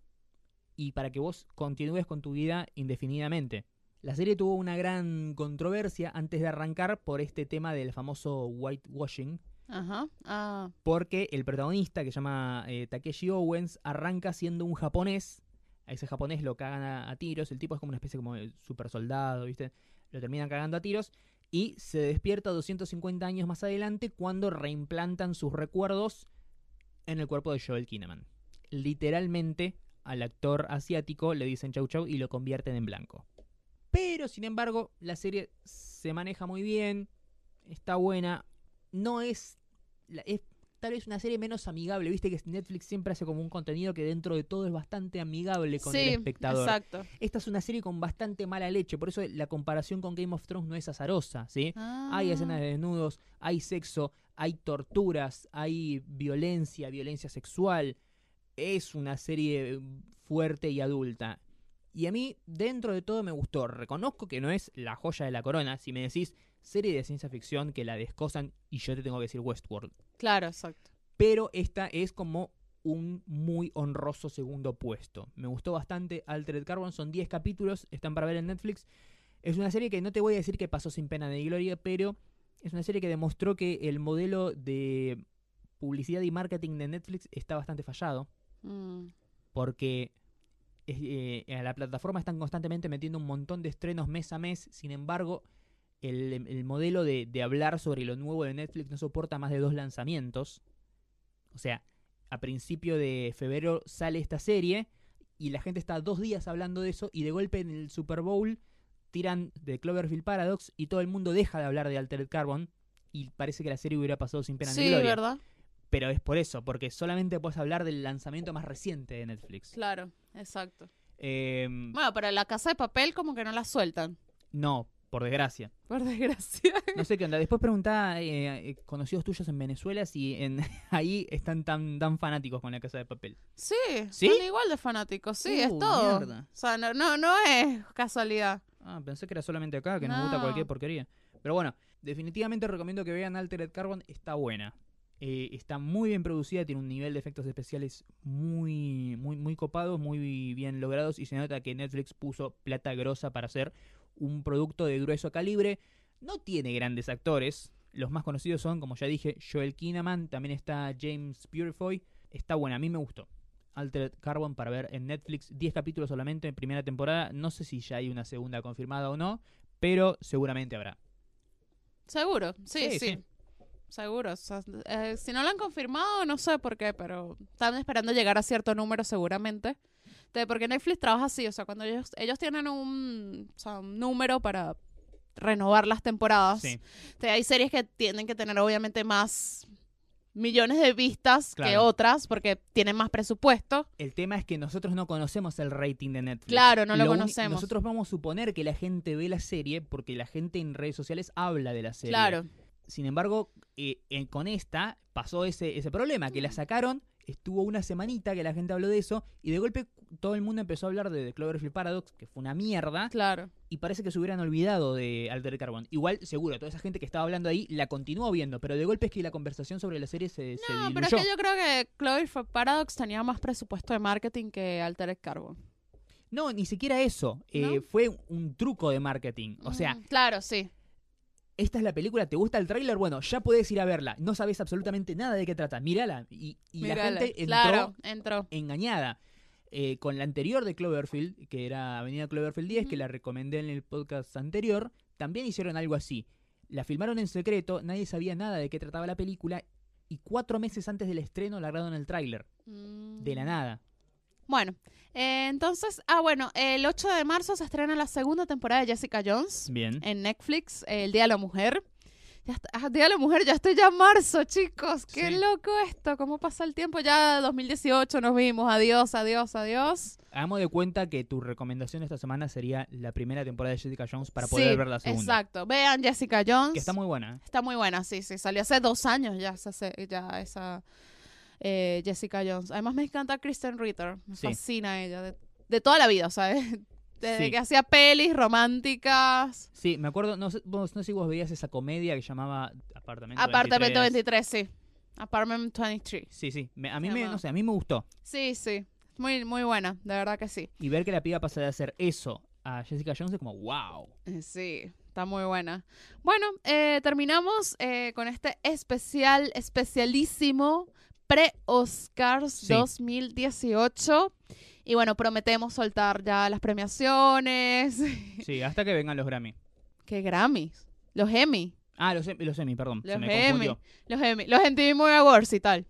Y para que vos continúes con tu vida indefinidamente. La serie tuvo una gran controversia antes de arrancar por este tema del famoso whitewashing, Ajá. Ah, porque el protagonista, que se llama eh, Takeshi Owens, arranca siendo un japonés. A ese japonés lo cagan a, a tiros. El tipo es como una especie como de super soldado, ¿viste? Lo terminan cagando a tiros. Y se despierta 250 años más adelante cuando reimplantan sus recuerdos en el cuerpo de Joel Kinnaman. Literalmente al actor asiático le dicen chau chau y lo convierten en blanco. Pero sin embargo, la serie se maneja muy bien, está buena, no es, la- es tal vez una serie menos amigable, viste que Netflix siempre hace como un contenido que dentro de todo es bastante amigable con el sí, espectador. exacto. Esta es una serie con bastante mala leche, por eso la comparación con Game of Thrones no es azarosa, ¿sí? Ah. Hay escenas de desnudos, hay sexo, hay torturas, hay violencia, violencia sexual. Es una serie eh, fuerte y adulta. Y a mí, dentro de todo, me gustó. Reconozco que no es la joya de la corona. Si me decís serie de ciencia ficción que la descosan y yo te tengo que decir Westworld. Claro, exacto. Pero esta es como un muy honroso segundo puesto. Me gustó bastante Altered Carbon. Son 10 capítulos, están para ver en Netflix. Es una serie que no te voy a decir que pasó sin pena de gloria, pero es una serie que demostró que el modelo de publicidad y marketing de Netflix está bastante fallado Mm, porque eh, eh, a la plataforma están constantemente metiendo un montón de estrenos mes a mes, sin embargo, el, el modelo de, de hablar sobre lo nuevo de Netflix no soporta más de dos lanzamientos. O sea, a principio de febrero sale esta serie y la gente está dos días hablando de eso y de golpe en el Super Bowl tiran de Cloverfield Paradox y todo el mundo deja de hablar de Altered Carbon y parece que la serie hubiera pasado sin pena ni Sí, gloria. ¿verdad? Pero es por eso, porque solamente puedes hablar del lanzamiento más reciente de Netflix. Claro, exacto. Em, Bueno, pero la casa de papel como que no la sueltan, no, por desgracia. por desgracia. No sé qué onda. Después preguntá eh, eh, conocidos tuyos en Venezuela si en, ahí están tan, tan fanáticos con la casa de papel. Sí, ¿Sí? son igual de fanáticos, sí, Uh, es todo. mierda. O sea, no, no, no es casualidad. Ah, pensé que era solamente acá, que nos gusta No. cualquier porquería. Pero bueno, definitivamente recomiendo que vean Altered Carbon, está buena. Eh, está muy bien producida, tiene un nivel de efectos especiales muy, muy, muy copados, muy bien logrados y se nota que Netflix puso plata grosa para hacer un producto de grueso calibre. No tiene grandes actores. Los más conocidos son, como ya dije, Joel Kinnaman, también está James Purefoy. Está buena, a mí me gustó. Altered Carbon para ver en Netflix. 10 capítulos solamente en primera temporada. No sé si ya hay una segunda confirmada o no, pero seguramente habrá. Seguro, sí, Sí, sí. sí. Seguro. o sea, eh, si no lo han confirmado, no sé por qué, pero están esperando llegar a cierto número seguramente. Entonces, porque Netflix trabaja así, o sea, cuando ellos, ellos tienen un, o sea, un número para renovar las temporadas. Sí. Entonces, hay series que tienen que tener obviamente más millones de vistas que Claro. otras porque tienen más presupuesto. El tema es que nosotros no conocemos el rating de Netflix. Claro, no lo, uni- conocemos. Nosotros vamos a suponer que la gente ve la serie porque la gente en redes sociales habla de la serie. Claro, Sin embargo, eh, en- con esta pasó ese, ese problema, Mm. que la sacaron, estuvo una semanita que la gente habló de eso, y de golpe todo el mundo empezó a hablar de The Cloverfield Paradox, que fue una mierda, claro. y parece que se hubieran olvidado de Alter Carbon. Igual, seguro, toda esa gente que estaba hablando ahí la continuó viendo, pero de golpe es que la conversación sobre la serie se, se No, diluyó. pero es que yo creo que Cloverfield Paradox tenía más presupuesto de marketing que Altered Carbon. No, ni siquiera eso. Eh, ¿No? Fue un truco de marketing. O sea, Mm, claro, sí. esta es la película, ¿te gusta el tráiler? Bueno, ya podés ir a verla. No sabes absolutamente nada de qué trata. Mírala. Y, y la Mírala. gente entró Claro, entró. engañada. Eh, con la anterior de Cloverfield, que era Avenida Cloverfield 10, que Ujú. la recomendé en el podcast anterior, también hicieron algo así. La filmaron en secreto, nadie sabía nada de qué trataba la película, y cuatro meses antes del estreno largaron el tráiler, de la Mm. nada. Bueno, eh, entonces, ah, bueno, el 8 de marzo se estrena la segunda temporada de Jessica Jones Bien. en Netflix, eh, El Día de la Mujer. Ya está- ah, Día de la Mujer, ya estoy ya en marzo, chicos. Qué Sí. loco esto, cómo pasa el tiempo. Ya 2018 nos vimos, adiós, adiós, adiós. Hagamos de cuenta que tu recomendación esta semana sería la primera temporada de Jessica Jones para poder Sí, ver la segunda. Exacto, vean Jessica Jones. Que está muy buena. ¿eh? Está muy buena, sí, sí. Salió hace dos años ya, esa se- ya esa eh, Jessica Jones. Además me encanta Kristen Ritter. Me Sí. fascina ella. De, de toda la vida, o sea, desde Sí. que hacía pelis románticas. Sí, me acuerdo, no sé, vos- no sé si vos veías esa comedia que llamaba Apartamento Apartamento 23. 23, sí. Apartment 23. Sí, sí, me- a mí Se me, llamaba. no sé, a mí me gustó. Sí, sí. Muy, muy buena, de verdad que sí. Y ver que la piba pasa de hacer eso a Jessica Jones es como, wow. Eh, Sí, está muy buena. Bueno, eh, terminamos eh, con este especial, especialísimo pre-Oscars Sí. 2018. Y bueno, prometemos soltar ya las premiaciones. Sí, hasta que vengan los Grammy. ¿Qué Grammys? Los Emmy. Ah, los, em- los Emmy, perdón, Los se me Emmy. confundió. Los Emmy. Los MTV Movie Awards y tal.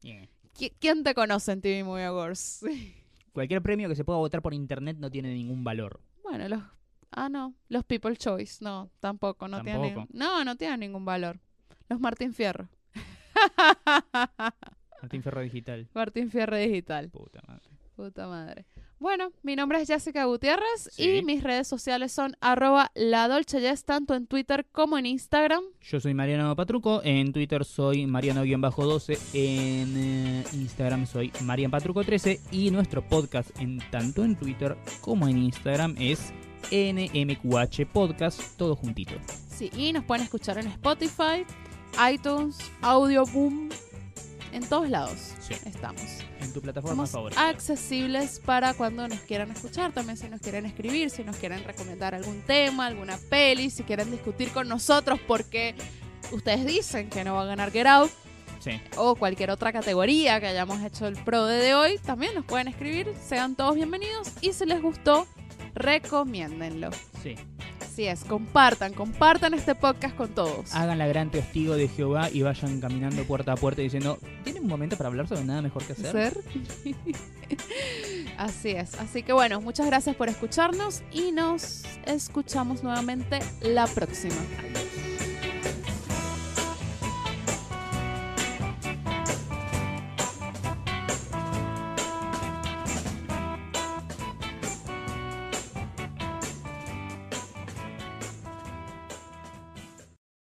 Yeah. ¿Qui- ¿Quién te conoce en TV Movie Awards? Cualquier premio que se pueda votar por internet no tiene ningún valor. Bueno, los. Ah, no. Los People Choice. No, tampoco. No, Tienen, Tampoco. no, no tienen ningún valor. Los Martín Fierro. Martín Ferro Digital. Martín Fierro Digital. Puta madre. Puta madre. Bueno, mi nombre es Jessica Gutiérrez y Sí. mis redes sociales son arroba la Dolce Jess, tanto en Twitter como en Instagram. Yo soy Mariano Patruco, en Twitter soy Mariano-12, en eh, Instagram soy Marianpatruco13 y nuestro podcast en tanto en Twitter como en Instagram es NMQH Podcast, todo juntito. Sí, y nos pueden escuchar en Spotify, iTunes, Audio Boom, en todos lados. Sí. Estamos. En tu plataforma Somos favorita. accesibles para cuando nos quieran escuchar, también si nos quieren escribir, si nos quieren recomendar algún tema, alguna peli, si quieren discutir con nosotros porque ustedes dicen que no va a ganar Get Out Sí. o cualquier otra categoría que hayamos hecho el pro de hoy, también nos pueden escribir, sean todos bienvenidos y si les gustó, recomiéndenlo. Sí. Así es, compartan, compartan este podcast con todos. Hagan la gran testigo de Jehová y vayan caminando puerta a puerta diciendo, ¿tienen un momento para hablar sobre nada mejor que hacer? Ser. Así es. Así que bueno, muchas gracias por escucharnos y nos escuchamos nuevamente la próxima. Adiós.